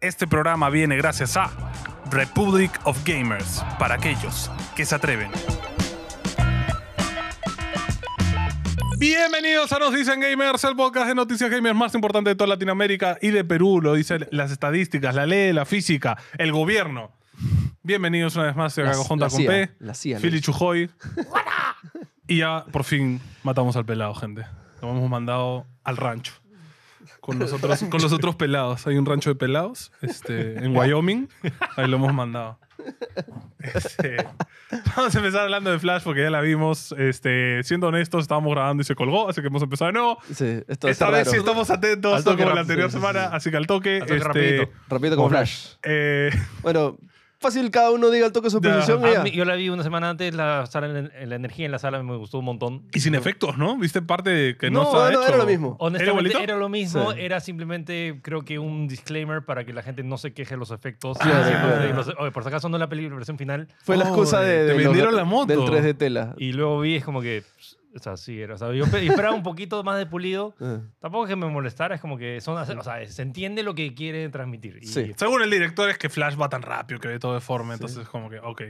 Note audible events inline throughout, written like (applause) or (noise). Este programa viene gracias a Republic of Gamers, para aquellos que se atreven. Bienvenidos a Nos Dicen Gamers, el podcast de noticias gamers más importante de toda Latinoamérica y de Perú, lo dicen las estadísticas, la ley, la física, el gobierno. Bienvenidos una vez más a La- Junta la con CIA, P, la CIA, Fili ¿no? Chujoy. y ya por fin matamos al pelado, gente. Lo hemos mandado al rancho. Con los, otros, con los otros pelados. Hay un rancho de pelados este, en Wyoming. Ahí lo hemos mandado. Este, vamos a empezar hablando de Flash porque ya la vimos. Este, siendo honestos, estábamos grabando y se colgó, así que hemos empezado de nuevo. Sí, esto Esta está vez raro. sí estamos atentos, Al toque, no como la rápido, anterior sí, sí, semana, sí. así que al toque. Al toque, este, rapidito. Repito como Flash. eh, Bueno, fácil, cada uno diga el toque su Ya. posición. A ya. mí- Ah, yo la vi una semana antes, la, sala en- la energía en la sala me gustó un montón. y sin efectos, ¿no? ¿Viste parte de que no, No, estaba no, hecho? era lo mismo. igualito? Honestamente, era lo mismo. Sí. Era simplemente, creo que un disclaimer para que la gente no se queje de los efectos. Claro, Siempre claro. de los- oye, por si acaso no la peli- la versión final. Fue la excusa Oye, de, te de los- vendieron la moto. del 3 de tela. Y luego vi, es como que. pss, O sea, sí, era. o sea, yo pe- esperaba un poquito más de pulido. Eh. Tampoco es que me molestara, es como que son. O sea, se entiende lo que quiere transmitir. Y- Sí. Según el director es que Flash va tan rápido que ve todo deforme, entonces como que, ok,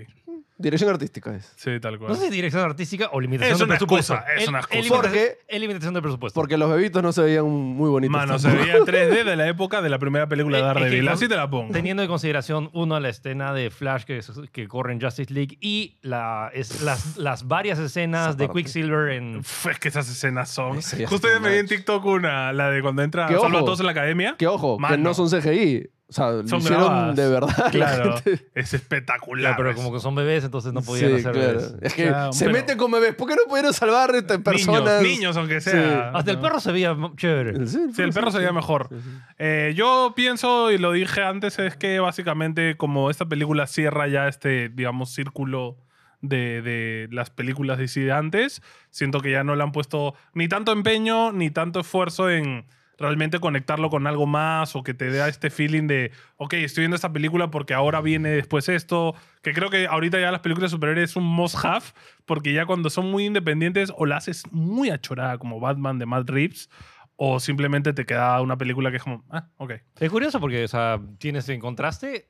Dirección artística es. sí, tal cual. No sé si dirección artística o limitación Es de una presupuesto. excusa, es El- una el excusa. limitación- Porque- el limitación de presupuesto. Porque los bebitos no se veían muy bonitos. Mano, se tampoco. veía 3D de la época de la primera película de Eh, es que Daredevil. con- Así te la pongo. Teniendo en consideración, uno, la escena de Flash que, es- que corre en Justice League y la, es- las, las varias escenas Esa de parte. Quicksilver en... Uf, es que esas escenas son. Eso ya Justo es yo me vi en too much. TikTok una, la de cuando entra Que Salva a ojo. todos en la academia. Que ojo, Mano. que no son CGI. O sea, lo Son hicieron grabadas. de verdad. (laughs) la Claro. gente. Es espectacular. pues. Claro, pero como que son bebés, entonces no podían Sí, hacer claro. bebés. Es que Claro, se bueno. meten con bebés. ¿Por qué no pudieron salvar estas personas? Niños, niños, aunque sea. Hasta el perro se veía m- chévere. Sí, Sí, el perro sí, sería sí. mejor. Sí, sí. Eh, yo pienso, y lo dije antes, es que básicamente como esta película cierra ya este, digamos, círculo de, de las películas de DC de antes, siento que ya no le han puesto ni tanto empeño ni tanto esfuerzo en realmente conectarlo con algo más o que te da este feeling de, ok, estoy viendo esta película porque ahora viene después esto, que creo que ahorita ya las películas de superhéroes es un must-have, porque ya cuando son muy independientes o la haces muy achorada como Batman de Matt Reeves, o simplemente te queda una película que es como, ah, ok. Es curioso porque, o sea, tienes en contraste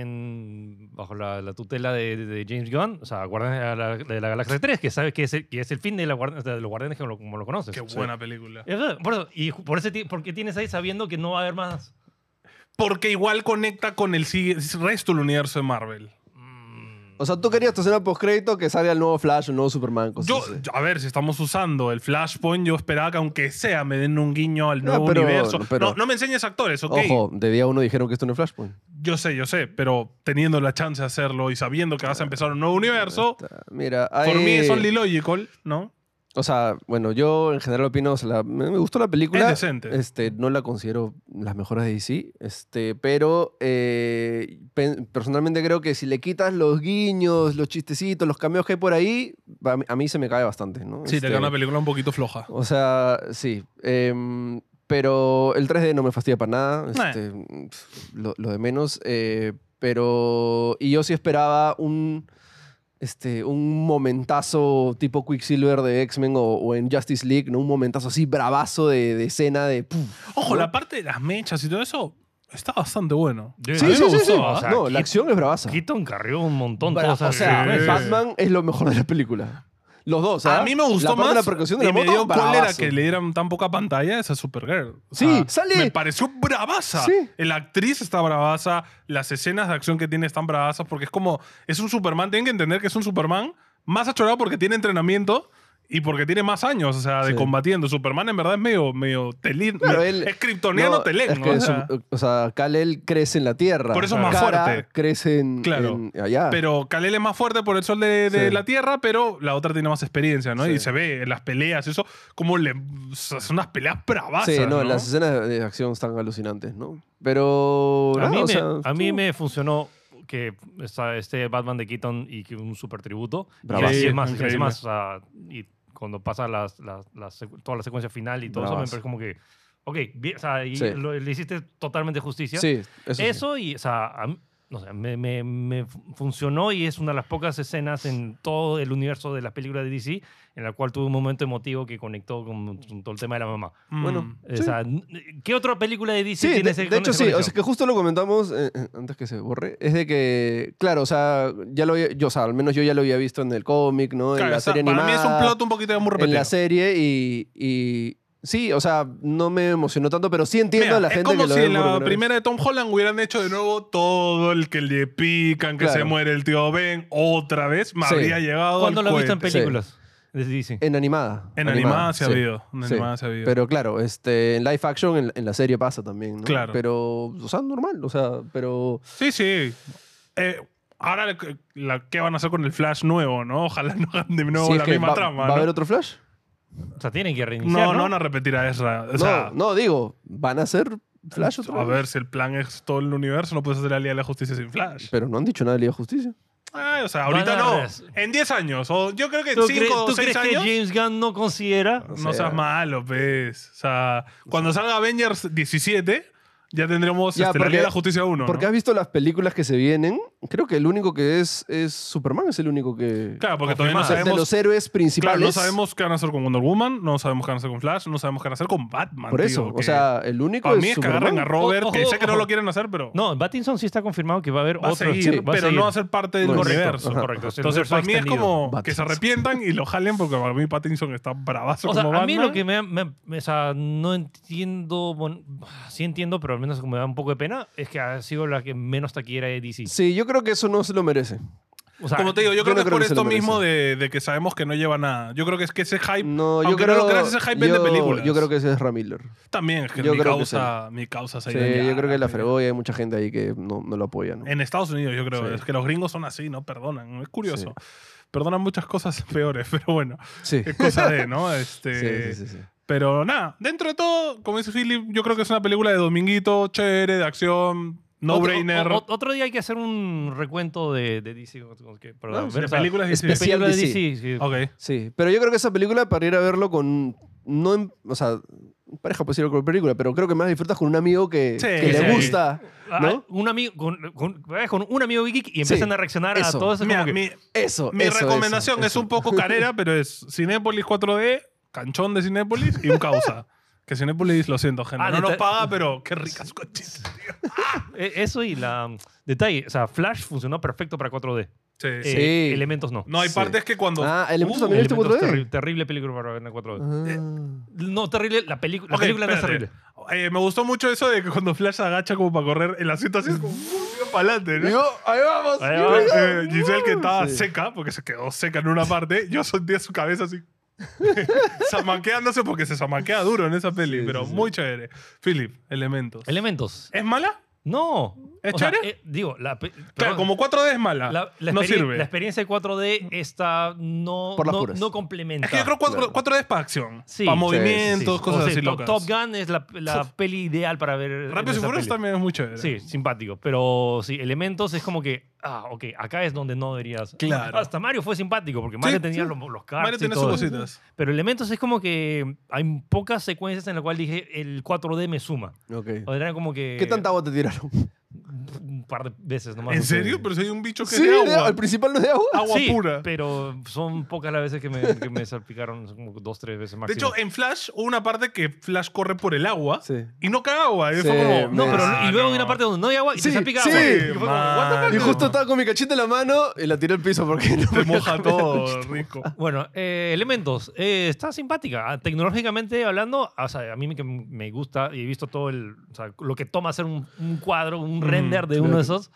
también bajo la, la tutela de, de- de James Gunn, o sea, Guardianes de la, de la Galaxia 3, que sabes que es el, que es el fin de, la guardia- de los Guardianes como lo, como lo conoces. Qué Sí. buena película. Es verdad, por eso- y ju- por ese ti- porque tienes ahí sabiendo que no va a haber más. Porque igual conecta con el sigue- resto del universo de Marvel. Mm. O sea, tú querías tu escena postcrédito que salga el nuevo Flash, el nuevo Superman. Cosas Yo, así. yo- a ver, si estamos usando el Flashpoint, yo esperaba que aunque sea me den un guiño al No, nuevo pero- universo. pero- no, no me enseñes actores, ok. Ojo, de día uno dijeron que esto no es pues. Flashpoint. Yo sé, yo sé, pero teniendo la chance de hacerlo y sabiendo que vas a empezar un nuevo universo, Está- Mira, hay... por mí es only logical, ¿no? O sea, bueno, yo en general opino, o sea, la- me, me gustó la película. Es decente. Este, no la considero las mejores de DC, este, pero eh, pe- personalmente creo que si le quitas los guiños, los chistecitos, los cameos que hay por ahí, a mí, a mí se me cae bastante, ¿no? Sí, te Este, queda una película un poquito floja. O sea, sí. em, pero el 3D no me fastidia para nada. Nah. este, lo, lo de menos. eh, pero. Y yo sí esperaba un. Este, un momentazo tipo Quicksilver de X-Men o, o en Justice League, ¿no? Un momentazo así bravazo de, de escena de. ¡puf! Ojo, ¿no? la parte de las mechas y todo eso está bastante bueno. Sí, A mí Sí, me sí, sí, sí. gustó, ¿ah? o sea, no, la Keat- acción es bravaza. Keaton carrió un montón Bra- todas o esas sea, pues, sí. Batman es lo mejor de la película. Los dos, ¿ah? A mí me gustó la parte más. de La percusión de la y moto, me dio cólera bravazo. que le dieran tan poca pantalla a esa Supergirl. O Sí, sea, sale- Me pareció bravaza. Sí. La actriz está bravaza. Las escenas de acción que tiene están bravazas porque es como. Es un Superman. Tienen que entender que es un Superman más achorado porque tiene entrenamiento. Y porque tiene más años, o sea, de Sí. combatiendo. Superman en verdad es medio, medio telín. Claro, me- él- es kriptoniano No, telén, es ¿no? que O su- sea, o sea, Kal-El crece en la Tierra. Por eso es más Kara fuerte. crece en, Claro. en- allá. Pero Kalel es más fuerte por el sol de, de Ah. Sí. la Tierra, pero la otra tiene más experiencia, ¿no? Sí. Y se ve en las peleas, eso, como le. o sea, Son unas peleas bravazas. sí, no, ¿no? las escenas de acción están alucinantes, ¿no? Pero... A nada, mí, o me, sea, uh, a mí tú- me funcionó que esta- este Batman de Keaton y que un super tributo. Y Bravazo. así es más, y así es Increíble. más. o sea, y cuando pasa las, las, las secu- toda la secuencia final y todo eso, Bravazo. me parece como que. Ok, bien, o sea, y Sí. lo- le hiciste totalmente justicia. Sí, eso, sí. Eso y, o sea, a mí- no sé, me, me- me fu- funcionó y es una de las pocas escenas en todo el universo de las películas de DC en la cual tuve un momento emotivo que conectó con, con todo el tema de la mamá. Bueno, Mm. O Sí. sea, n- ¿Qué otra película de DC Sí, tiene de, ese- de con hecho esa sí, o conexión? sea, que justo lo comentamos eh, eh, antes que se borre, es de que, claro, o sea, ya lo había- yo, o sea, al menos yo ya lo había visto en el cómic, ¿no? Claro, en la o sea, serie para animada. mí es un plot un poquito muy repetido. en la serie y, y- sí, o sea, no me emocionó tanto, pero sí entiendo Mira, a la gente es como que lo si ve en por la primera vez. primera de Tom Holland hubieran hecho de nuevo todo el que le pican, que Claro. se muere el tío Ben, otra vez. Me Sí. habría llegado. ¿Cuándo al lo viste en cohete. Sí. Eh, películas de DC? En animada. En animada se ha sí. habido. En Sí. animada se ha habido. Pero claro, este, en live action, en, en la serie pasa también, ¿no? Claro. Pero, o sea, normal, o sea, pero... Sí, sí. Eh, ahora, la- la- ¿qué van a hacer con el Flash nuevo, no? Ojalá no hagan de nuevo si es la que misma va, trama. ¿Va ¿no? a haber otro Flash? O sea, tienen que reiniciar, no, ¿no? no van a repetir a Ezra. O sea, no, no, digo, ¿van a ser Flash otra a vez? ver, si el plan es todo el universo, no puedes hacer la Liga de la Justicia sin Flash. Pero no han dicho nada de Liga de Justicia. Ah, o sea, Van ahorita a no. res- En 10 años, o yo creo que en ¿Tú, cre- 5 o tú 6 crees años. que James Gunn no considera? O No sea- seas malo, pues. O sea, cuando salga Avengers 17, ya tendremos Ya, este, la porque- Liga de la Justicia 1. Porque ¿no? has visto las películas que se vienen. Creo que el único que es es Superman, es el único que... Claro, porque todavía no Confirmado. Es de sabemos. los héroes principales. Claro, no sabemos qué van a hacer con Wonder Woman, no sabemos qué van a hacer con Flash, no sabemos qué van a hacer con Batman. Por eso, tío, o que sea, el único Para es mí es que Superman. agarren a Robert, Ojo, que sé que no ojo. lo quieren hacer, pero No, Pattinson sí está confirmado que va a haber va a otro. seguir, sí, va a pero seguir. no va a ser parte del Correcto. universo. Ajá. Correcto. es el Entonces, universo para mí es extendido. como Batman. que se arrepientan y lo jalen, porque para mí Pattinson está bravazo O sea, como Batman. a mí lo que me, me- me- o sea, no entiendo, bueno, sí entiendo, pero al menos me da un poco de pena, es que ha sido la que menos taquillera de DC. Sí, yo creo que eso no se lo merece. O sea, Como te digo, yo, yo creo no que es creo por que se lo esto mismo de, de que sabemos que no lleva nada. Yo creo que es que ese hype. No, yo aunque creo no lo creas, ese hype es de yo- películas. Yo creo que ese es Ramiller. También es que yo mi, creo que causa, mi causa se Sí, irá ya, Eh, yo creo que la pero- fregó y hay mucha gente ahí que no, no lo apoya. ¿no? En Estados Unidos, yo creo. Sí. Es que los gringos son así, ¿no? Perdonan. Es curioso. Perdonan muchas cosas (laughs) peores, pero bueno. Sí. Es cosa de, ¿no? Sí, Este, sí, sí, sí. Pero nada, dentro de todo, como dice Philip, yo creo que es una película de dominguito, chévere, de acción, otro- no-brainer. o- o- otro día hay que hacer un recuento de, de DC. que- perdón, No, pero, de o sea, películas es DC. especial películas de DC. DC. sí. Ok. Sí, pero yo creo que esa película para ir a verlo con. No, en- o sea, en pareja puede ser con película, pero creo que más disfrutas con un amigo que, Sí, que le sí. gusta. Ah, ¿No? Un amigo, con, con- ¿ves? Con un amigo geek y empiezan a reaccionar eso. a todo eso. como Mira, que- mi, Eso. mi eso, eso, recomendación es eso. un poco carera, pero es Cinépolis 4D, canchón de Cinépolis y un causa. que Cinépolis, lo siento, gente. Ah, no nos neta- paga, pero qué ricas coches. eh, Eso y la um, detalle. O sea, Flash funcionó perfecto para 4D. Sí, Eh, sí. Sí. Elementos no. No, hay sí. partes que cuando. Ah, Elementos Uh, también es de Elementos 4D. terri- terrible película para ver en 4D. Ah. No, terrible. La, pelicu- la Ok, película no es espérate. terrible. Eh, me gustó mucho eso de que cuando Flash se agacha como para correr, el asiento así es como para adelante, ¿no? Digo, ahí vamos. Ahí yo vamos, digo, Eh, Giselle que estaba Sí. seca, porque se quedó seca en una parte, yo sentía su cabeza así. (laughs) Samanqueándose porque se samanquea duro en esa peli, Sí, pero sí, sí. muy chévere. Philip, elementos. Elementos. ¿Es mala? No. ¿Es O sea, chévere? eh, digo, la. pe- Claro, perdón, como 4D es mala. La, la no experi- sirve. La experiencia de 4D está no, Por las no, puras. no complementa. es que yo creo 4, Claro. d es para acción. Sí. Para Sí, movimientos, Sí, sí. cosas O sea, así Top, locas. Top Gun es la, (laughs) la peli ideal para ver. Rápidos y Furiosos Furiosos también es muy chévere. Sí, simpático. Pero sí, elementos es como que. Ah, ok, acá es donde no deberías. Claro. Hasta Mario fue simpático porque Mario Sí, tenía sí. los, los cards. Mario y tiene sus todo. cositas. Pero elementos es como que hay pocas secuencias en las cuales dije el 4D me suma. Ok. O era como que. ¿Qué tanta agua te tiraron? Un par de veces nomás. ¿En serio? Pero si hay un bicho que Sí, es de de- agua. al principal no es de agua. Agua Sí, pura. Pero son pocas las veces que me, que me salpicaron, son como dos, tres veces De máximo. hecho, eh, en Flash hubo una parte que Flash corre por el agua Sí. y no cae agua. Y Sí, fue como, no, pero ah, y luego no. hay una parte donde no hay agua y Sí, te salpica sí. agua. Y fue como, Man. what the fuck? Y no. justo estaba con mi cachete en la mano y la tiré al piso porque no Te podía (laughs) moja comer. todo, rico. Bueno, eh, elementos. Eh, está simpática. Ah, Tecnológicamente hablando, o sea, a mí me, que me gusta y he visto todo el, o sea, lo que toma hacer un, un cuadro, un Mm, render de uno claro. de esos.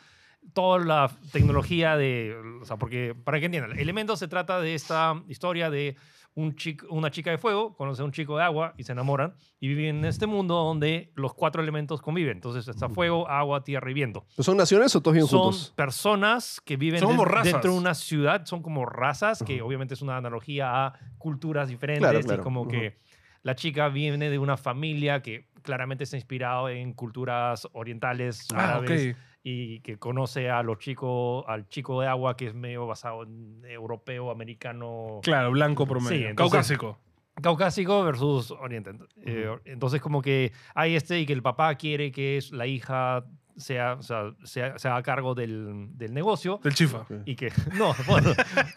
Toda la tecnología de, o sea, porque, para que entiendan, elementos se trata de esta historia de un chico, una chica de fuego, conoce a un chico de agua y se enamoran y viven en este mundo donde los cuatro elementos conviven. Entonces está fuego, agua, tierra y viento ¿Pero ¿Son naciones o todos bien son juntos? personas que viven Son como den- razas. dentro de una ciudad, son como razas, que obviamente es una analogía a culturas diferentes. Claro, y claro, como ujú. que la chica viene de una familia que claramente está inspirado en culturas orientales, Ah, ok. árabes, y que conoce a los chicos, al chico de agua que es medio basado en europeo, americano, Claro, blanco promedio. Sí, entonces- Caucásico. caucásico versus oriente. Eh, entonces como que hay este y que el papá quiere que es la hija sea, o sea, sea, sea a cargo del, del negocio Del chifa. y que (laughs) no bueno,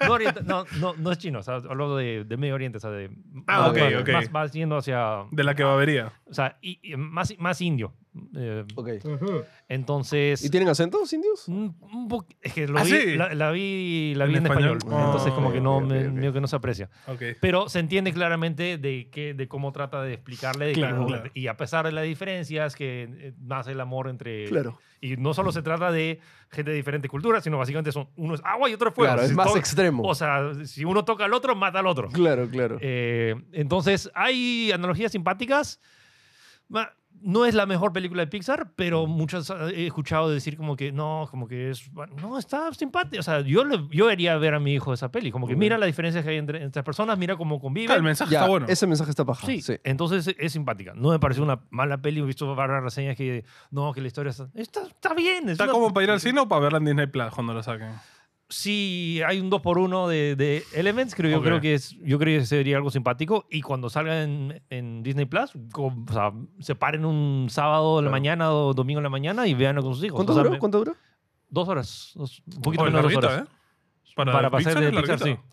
no, orienta- no, no, no es chino o sea, hablo de, de Medio Oriente o sea de Ah, más- ok, más- ok. Más, más yendo hacia De la que babería. o sea y- y más, más indio Eh, Ok. entonces ¿Y tienen acentos indios? un- un po- es que lo ¿Ah, vi- sí? la, la vi la ¿En vi en, español? español, Ah, entonces como que ok, no ok, me- ok. medio que no se aprecia Ok. pero se entiende claramente de qué de cómo trata de explicarle de que- Claro, claro. y a pesar de las diferencias que eh, nace el amor entre y no solo se trata de gente de diferentes culturas sino básicamente son uno es agua y otro es fuego Claro, Si es más to- extremo. o sea si uno toca al otro mata al otro Claro, claro. Eh, entonces hay analogías simpáticas Ma- no es la mejor película de Pixar, pero muchos eh, he escuchado decir como que no, como que es, no, está simpático. O sea, yo, le- yo iría a ver a mi hijo esa peli. Como que Ok. mira las diferencias que hay entre entre estas personas, mira cómo conviven. Ah, el mensaje Ya, está bueno. ese mensaje está Ah, paja. Sí, Sí. entonces es simpática. No me pareció una mala peli. He visto varias reseñas que no, que la historia está, está, está bien. es ¿Está una- eh, como para ir al cine o para verla en Disney Plus cuando la saquen? Si hay un 2x1 de, de Elements, creo, yo Ok. creo que es, yo creo que sería algo simpático. Y cuando salga en, en Disney Plus, co- o sea, se paren un sábado en la Claro. mañana o domingo en la mañana y veanlo con sus hijos. ¿Cuánto O sea, duró? me- ¿Cuánto duró? Dos horas. dos- un poquito Oh, es menos de dos larguita, horas. ¿eh? Para, Para pasar Pixar de es Pixar, sí. larguita.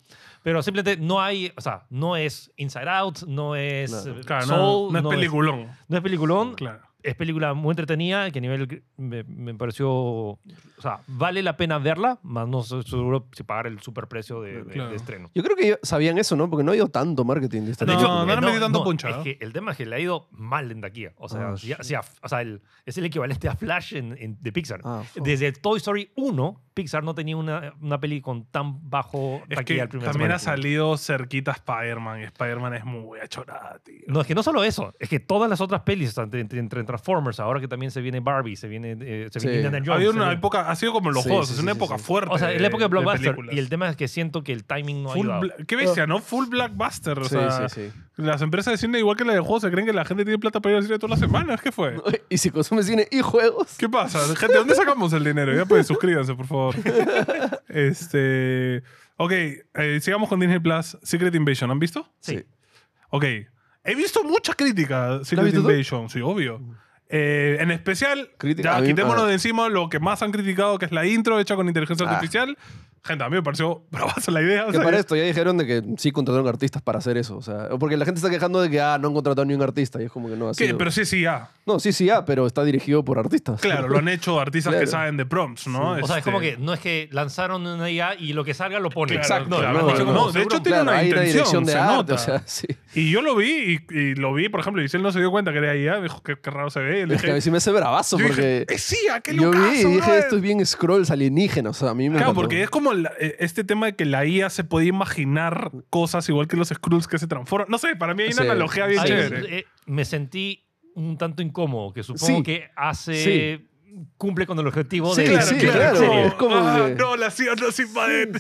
Pero simplemente no hay, o sea, no es Inside Out, no es Claro. eh, Claro, no- Soul, no, es no es- peliculón. no es peliculón, Claro. es película muy entretenida, que a nivel que me, me pareció, o sea, vale la pena verla, más no estoy seguro si pagar el superprecio de, de- Claro. de estreno. Yo creo que ellos sabían eso, ¿no? Porque no ha ido tanto marketing de este esta No, película. no le eh, han metido tanto punch, Es ¿no? que el tema es que le ha ido mal en taquilla. O sea, Ah, ya- o sea, f- o sea, el- es el equivalente a Flash en- en- de Pixar. Ah, fuck. Desde Toy Story 1, Pixar no tenía una, una peli con tan bajo Es taquilla que al primer también semana. ha salido cerquita Spider-Man. y Spider-Man es muy achorada, tío. No, es que no solo eso, es que todas las otras pelis, o sea, entre, entre- entre Transformers, ahora que también se viene Barbie, se viene, eh, se viene Sí. Indiana Jones. Ha habido se una viene- época, ha sido como los Sí, juegos, sí, es sí, una sí, época sí. fuerte. O sea, es la época de Blockbuster. películas. Y el tema es que siento que el timing no ha Full ayudado. bla- Qué bestia, ¿no? Full Blackbuster. O Sí, sea, sí, sí. las empresas de cine, igual que las de juegos, se creen que la gente tiene plata para ir al cine todas las semanas. ¿Qué fue? (laughs) Y si consume cine y juegos. ¿Qué pasa? Gente, ¿dónde sacamos el dinero? Ya pues suscríbanse, por (laughs) favor. este. Ok, eh, sigamos con Disney Plus. Secret Invasion, ¿han visto? Sí. Sí. Ok. He visto mucha crítica a Secret visto tú? Mm. Invasion, sí, obvio. Eh, en especial, Crítica- ya a mí- quitémonos ah. de encima lo que más han criticado, que es la intro hecha con inteligencia Ah. artificial. Gente, a mí me pareció bravaza la idea. o Que sea, para esto ya dijeron de que sí contrataron artistas para hacer eso. O sea, porque la gente está quejando de que ah, no han contratado ni un artista. Y es como que no ha que- sido- pero sí, sí, ya. No, sí, sí, ah, pero está dirigido por artistas. Claro, (laughs) lo han hecho artistas que Claro. saben de prompts, ¿no? O sea, es Este, como que no es que lanzaron una IA y lo que salga lo ponen. Exacto, No, claro, lo han no, hecho como no, de seguro. hecho, tiene una hay intención, dirección de se arte. nota. O sea, (laughs) sí. Y yo lo vi y, y lo vi, por ejemplo, y si él no se dio cuenta que era IA, dijo que, raro se ve. Y le (laughs) Es que dije, a mí sí me hace bravazo yo porque. dije, es IA, qué Yo vi y locazo, dije, brother". esto es bien scrolls alienígenas. O sea, a mí me Claro, encantó. porque es como la- eh, este tema de que la IA se podía imaginar cosas igual que los Skrulls que se transforman. No sé, para mí hay una Sí. analogía bien Ahí, chévere. eh, me sentí un tanto incómodo, que supongo Sí. que hace. Sí. cumple con el objetivo Sí, de. claro, de- sí, de- claro. de- de- Es como "Ah, que- no, la CIA nos invaden.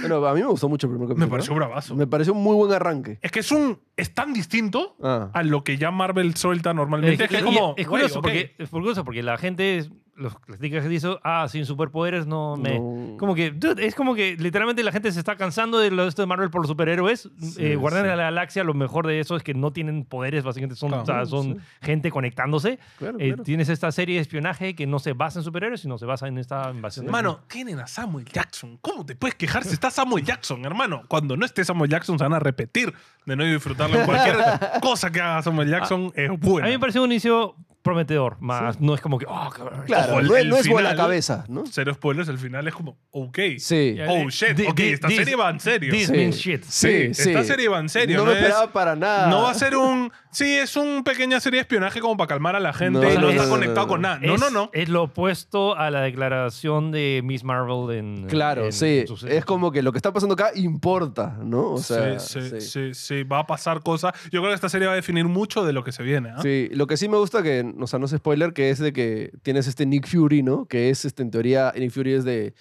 Bueno, a mí me gustó mucho el primer capítulo. Me pareció bravazo. Me pareció un muy buen arranque. Es que es un es tan distinto Ah. a lo que ya Marvel suelta Es, normalmente. que- que es y- como "Güey, es curioso ok". porque, es curioso porque la gente, los críticas que dice, ah, sin superpoderes no me. No. Como que, dude, es como que literalmente la gente se está cansando de lo de esto de Marvel por los superhéroes. Sí, Eh, sí. Guardianes de la Galaxia, lo mejor de eso es que no tienen poderes, básicamente son, o sea, Claro, son sí. gente conectándose. Claro, Eh, claro. Tienes esta serie de espionaje que no se basa en superhéroes, sino se basa en esta invasión. del- Hermano, tienen a Samuel Jackson. ¿Cómo te puedes quejar si está Samuel Jackson, hermano? Cuando no esté Samuel Jackson, se van a repetir de no disfrutarlo. En (laughs) cualquier cosa que haga Samuel Jackson es Ah, A mí me buena. pareció un inicio prometedor, más no es como que. "Oh, qué- Claro, Ojo, el- no, es- el no es buena final- cabeza, ¿no? Cero spoilers, el final es como, ok. Sí. Ya, Oh shit, Di- ok, di- esta dis- serie va en serio. dis- Sí. mean shit. Sí, sí. Esta serie va en serio. No, me es- esperaba para nada. No va a ser un. Sí, es un pequeña serie de espionaje como para calmar a la gente. No, No, no, está no, no, conectado no, con no. nada. No, es, no, no. Es lo opuesto a la declaración de Miss Marvel en. Claro, en sí. sus- Es como que lo que está pasando acá importa, ¿no? O sea, sí, sí, sí, sí. sí, Va a pasar cosas. Yo creo que esta serie va a definir mucho de lo que se viene. ¿ah? Sí, lo que sí me gusta que, o sea, no es spoiler, que es de que tienes este Nick Fury, ¿no? Que es, este, en teoría, Nick Fury es de,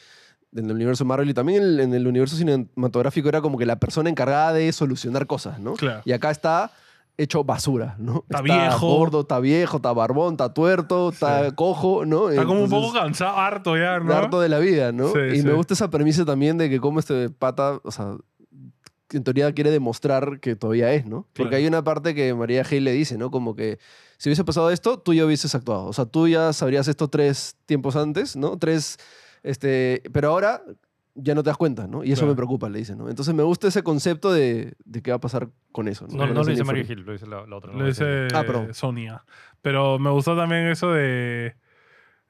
del universo Marvel y también el- en el universo cinematográfico era como que la persona encargada de solucionar cosas, ¿no? Claro. Y acá está hecho basura, ¿no? Está viejo. gordo, está viejo, está barbón, está tuerto, está cojo, ¿no? Está como un Entonces, poco cansado, harto ya, ¿no? harto de la vida, ¿no? Sí, y sí. me gusta esa premisa también de que como este pata, o sea, en teoría quiere demostrar que todavía es, ¿no? Porque Claro. hay una parte que María Hay le dice, ¿no? Como que si hubiese pasado esto, tú ya hubieses actuado. O sea, tú ya sabrías esto tres tiempos antes, ¿no? Tres, este, pero ahora ya no te das cuenta, ¿no? Y eso Claro. me preocupa, le dice, ¿no? Entonces me gusta ese concepto de, de qué va a pasar con eso. No, Con no lo ese dice Need for Mario Speed. Hill, lo dice la, la otra. ¿no? Lo dice Ah, perdón. Sonia. Pero me gustó también eso de,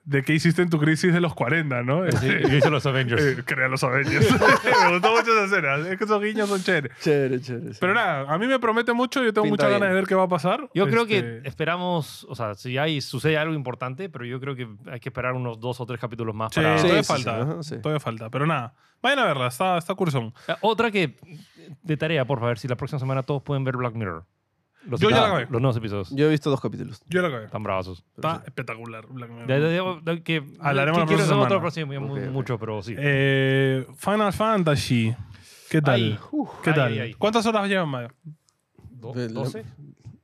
de qué hiciste en tu crisis de los 40, ¿no? Sí, lo dice los (laughs) Avengers. Eh, Crea los Avengers. (laughs) me gustó mucho esa escena. Es que esos guiños son chéveres. Chévere, chévere. sí. Pero nada, a mí me promete mucho. Yo tengo Pinta muchas bien. ganas de ver qué va a pasar. Yo creo que Este, esperamos, o sea, si hay, sucede algo importante, pero yo creo que hay que esperar unos dos o tres capítulos más Sí, para... Sí, todavía sí, falta. ¿eh? sí, ajá, sí. Todavía falta. Pero nada, vayan a verla. Está, está cursón. Ah, Otra que, de tarea, por favor, si la próxima semana todos pueden ver Black Mirror. Los Yo ya episodios- la acabé. Los nuevos episodios. Yo he visto dos capítulos. Yo la acabé. Están bravazos. Está espectacular. Black Mirror. De- de- de- de- que, Hablaremos la próxima que quiero hacer semana. otro próximo, mu- Ok, ok. mucho, pero sí. Eh, Final Fantasy. ¿Qué tal? Ay, ¿Qué ay, tal? ay, ay. ¿Cuántas horas llevan, Mayo? Do- Del- ¿12?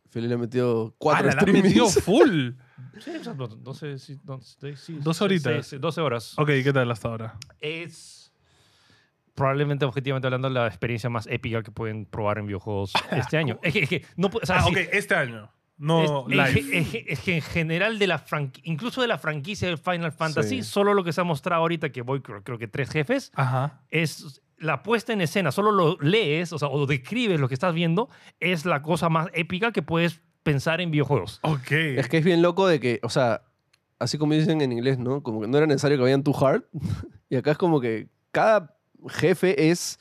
Feli le ha metido Ah, la cuatro la han streamings. metido full. Sí, o sea, do- 12, sí, do- sí, sí, Dos sí, horitas. sí, sí, 12 horas. Ok, ¿qué tal hasta ahora? Es probablemente, objetivamente hablando, la experiencia más épica que pueden probar (laughs) en videojuegos este año. Es que, es que no, pu- o sea, Ah, sí, ok, este año. No es, live. es que- es que- es que en general, de la franqui- incluso de la franquicia de Final Fantasy, Sí. solo lo que se ha mostrado ahorita, que voy creo, creo que tres jefes, Ajá. es la puesta en escena, solo lo lees, o sea, o describes lo que estás viendo, es la cosa más épica que puedes pensar en videojuegos. Ok. Es que es bien loco de que, o sea, así como dicen en inglés, ¿no? Como que no era necesario que vayan too hard. (laughs) y acá es como que cada jefe es.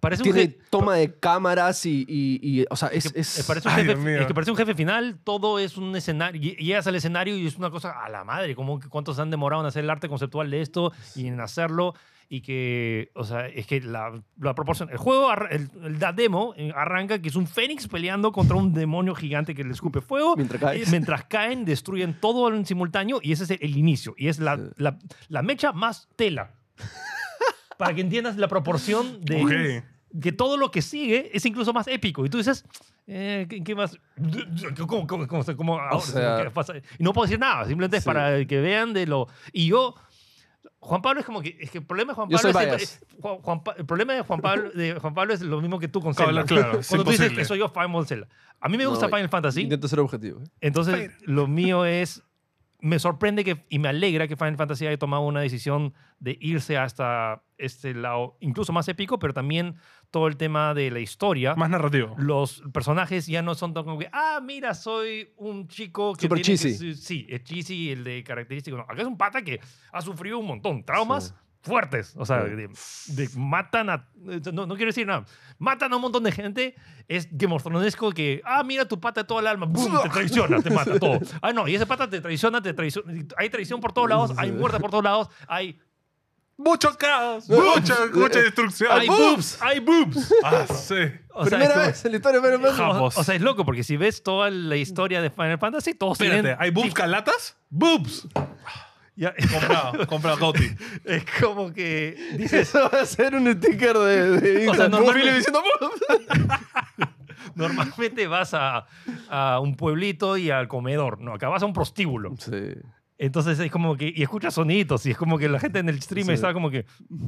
Parece un tiene je- toma de cámaras y. y- y, o sea, es. que es- parece un Pues, Ay, jefe- Dios mío. es que parece un jefe final, todo es un escenario. lle- Llegas al escenario y es una cosa a la madre, como que cuántos han demorado en hacer el arte conceptual de esto y en hacerlo. Y que, o sea, es que la, la proporción. El juego, arra- el, el- la demo eh, arranca que es un fénix peleando contra un demonio gigante que le escupe (laughs) fuego. Mientras Eh, caes. mientras caen, destruyen todo en simultáneo y ese es el, el inicio. Y es la, la- la mecha más tela. Para que entiendas la proporción de que todo lo que sigue es incluso más épico. Y tú dices, eh, ¿qué, qué más? ¿Cómo, cómo, cómo, cómo ahora? sea- ¿Qué pasa? Y no puedo decir nada, simplemente es Sí. para que vean de lo... Y yo... Juan Pablo es como que es que el problema de Juan Yo Pablo soy es bias. el, Juan- Juan Pa- el problema de Juan Pablo de Juan Pablo es lo mismo que tú con Claro, Zelda. claro, es Cuando tú dices imposible. que soy yo Final Zelda. A mí me No, gusta yo- Final Fantasy. Intento ser objetivo. ¿eh? Entonces, lo mío es. Me sorprende que, y me alegra que Final Fantasy haya tomado una decisión de irse hasta este lado, incluso más épico, pero también todo el tema de la historia. Más narrativo. Los personajes ya no son tan como que, ah, mira, soy un chico que. Super tiene que cheesy. ser-". sí, es cheesy el de característico. No, acá es un pata que ha sufrido un montón, traumas fuertes. O sea, Sí. de, de- matan a. No, no quiero decir nada. Matan a un montón de gente. Es Game of Thronesco que. Ah, mira tu pata de todo el alma. ¡Bum! (laughs) Te traiciona, te mata todo. Ah, no. Y esa pata te traiciona, te traiciona. Hay traición por todos lados. Hay muerte por todos lados. Hay. Mucho caos. Mucha, mucha destrucción. Hay boobs. Hay boobs. Ah, sí. O sea, Primera es como- vez en la historia, pero (laughs) menos. Ja. O, Japos. o sea, es loco porque si ves toda la historia de Final Fantasy, todos Espérate, tienen. ¿hay boobs calatas? ¡Boobs! Ya- (laughs) Comprado, comprado, Cauti. (laughs) es como que dices. Eso va a ser un sticker de, de O sea, Instagram. normalmente- Feli diciendo, Normalmente vas a, a un pueblito y al comedor. No, acá vas a un prostíbulo. Sí. Entonces es como que. Y escuchas sonitos. Y es como que la gente en el stream Sí. estaba como que.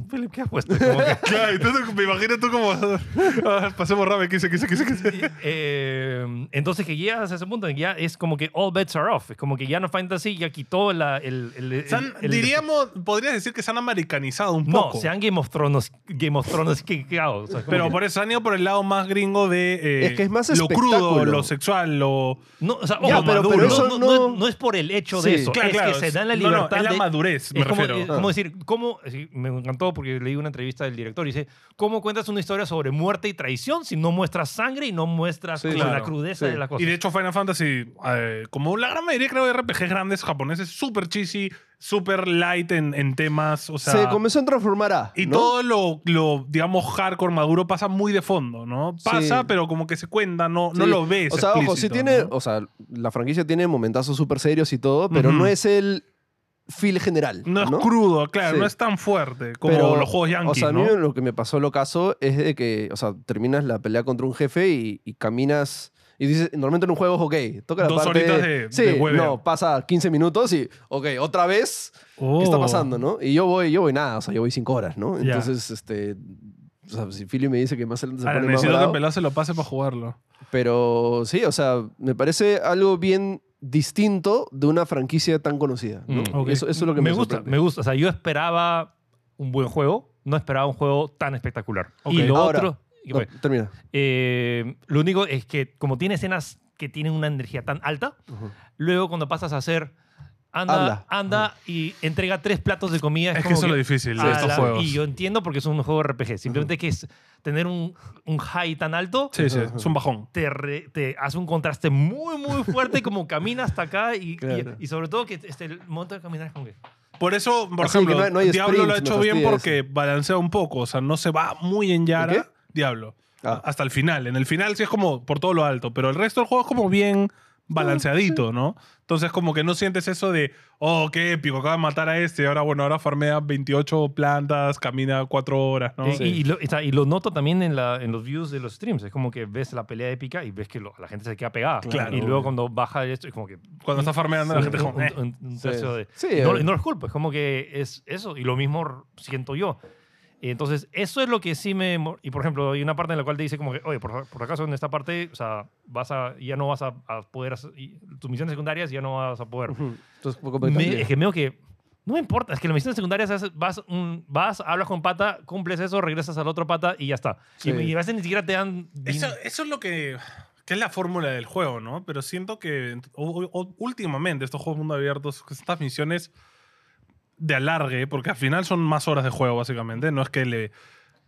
Philip, ¿qué has puesto? Como que, (laughs) Claro, entonces me imagino tú como. (laughs) ah, Pasemos rápido, quise, quise, quise, quise. eh, entonces que llegas a ese punto en que ya es como que all bets are off. Es como que ya no Fantasy ya quitó la, el, el- el- Se han- el- diríamos, podrías decir que se han americanizado un No, poco. se han Game of Thrones. Game of Thrones (laughs) que, que- o sea, como Pero que- por eso han ido por el lado más gringo de. eh, Es que es más Lo crudo, espectáculo. lo sexual, lo. No, o sea, Ya, ojo, pero- maduro. pero eso no, no- no- no- no es por el hecho Sí, de eso. Claro, es claro, que se dan la no, no, libertad. es la de- madurez, me es como, refiero. es como decir, ¿cómo? sí, Me encantó porque leí una entrevista del director y dice: ¿Cómo cuentas una historia sobre muerte y traición si no muestras sangre y no muestras Sí, como claro, la crudeza sí. de la cosa? Y de hecho, Final Fantasy, eh, como la gran mayoría, creo, de RPGs grandes japoneses, súper cheesy, súper light en, en temas. O sea, se comenzó a transformar a. y ¿no? todo lo, lo, digamos, hardcore maduro pasa muy de fondo, ¿no? Pasa, Sí. pero como que se cuenta, no, no Sí. lo ves. O sea, ojo, sí explícito, tiene. ¿no? O sea, la franquicia tiene momentazos súper serios y todo, pero Ujú. no es el feel general. No No es crudo, claro, Sí. no es tan fuerte como Pero, los juegos yankees, O sea, a mí ¿no? lo que me pasó lo caso es de que, o sea, terminas la pelea contra un jefe y, y caminas. Y dices, normalmente en un juego es ok, toca la Dos parte horitas de- Sí, de hueveo. no, pasa 15 minutos y, ok, otra vez, ¿qué está Oh. pasando, no? Y yo voy, yo voy nada, o sea, yo voy 5 horas, ¿no? Ya. Entonces, este. O sea, si Philly me dice que más adelante se Ahora, pone más necesito que bravo, el pelado se lo pase para jugarlo. Pero sí, o sea, me parece algo bien distinto de una franquicia tan conocida. ¿no? Mm, ok. eso, eso es lo que me, me gusta, sorprende. me gusta. O sea, yo esperaba un buen juego, no esperaba un juego tan espectacular. Ok. Y lo Ahora, otro, y No, bueno, termina. eh, lo único es que como tiene escenas que tienen una energía tan alta, Ujú. luego cuando pasas a hacer anda, Habla. anda y entrega tres platos de comida. Es, Es, que como eso es lo que, difícil "Ala". de estos juegos. Y yo entiendo porque es un juego RPG. Simplemente que es tener un, un high tan alto. Sí, sí, es un bajón. Te, re- te hace un contraste muy, muy fuerte como camina hasta acá y, y- Claro. y sobre todo que este, el momento de caminar es como que... Por eso, por Así que ejemplo, no hay- no hay Diablo lo ha sprints, hecho me bien fastidia porque balancea un poco. O sea, no se va muy en Yara. ¿El qué? Diablo. Ah. Hasta el final. En el final sí es como por todo lo alto. Pero el resto del juego es como bien Ah, balanceadito, ¿no? Entonces, como que no sientes eso de, oh, qué épico, acaba de matar a este. Ahora, bueno, ahora farmea 28 plantas, camina 4 horas, ¿no? Eh, y, y lo, o sea, y lo noto también en, la- en los views de los streams. Es como que ves la pelea épica y ves que lo- la gente se queda pegada. Claro. Y luego cuando baja esto, es como que. Cuando está farmeando, la gente es como, (laughs) un, "Eh". un- un tercio de. Sí, y no, eh. y no los culpo, es como que es eso. Y lo mismo siento yo. Y Entonces, eso es lo que sí me. mo- Y por ejemplo, hay una parte en la cual te dice, como que, oye, por, por acaso en esta parte, o sea, vas a, ya no vas a, a poder. hacer- y tus misiones secundarias ya no vas a poder. Ujú. Entonces, como que Me- también. es que medio que no me importa, es que en las misiones secundarias haces- vas, mm, vas, hablas con pata, cumples eso, regresas al otro pata y ya está. Y- Sí. Y, a veces ni siquiera te dan. din- Eso, eso es lo que, que es la fórmula del juego, ¿no? Pero siento que u- u- últimamente estos juegos mundo abiertos, estas misiones de alargue, porque al final son más horas de juego, básicamente, no es que le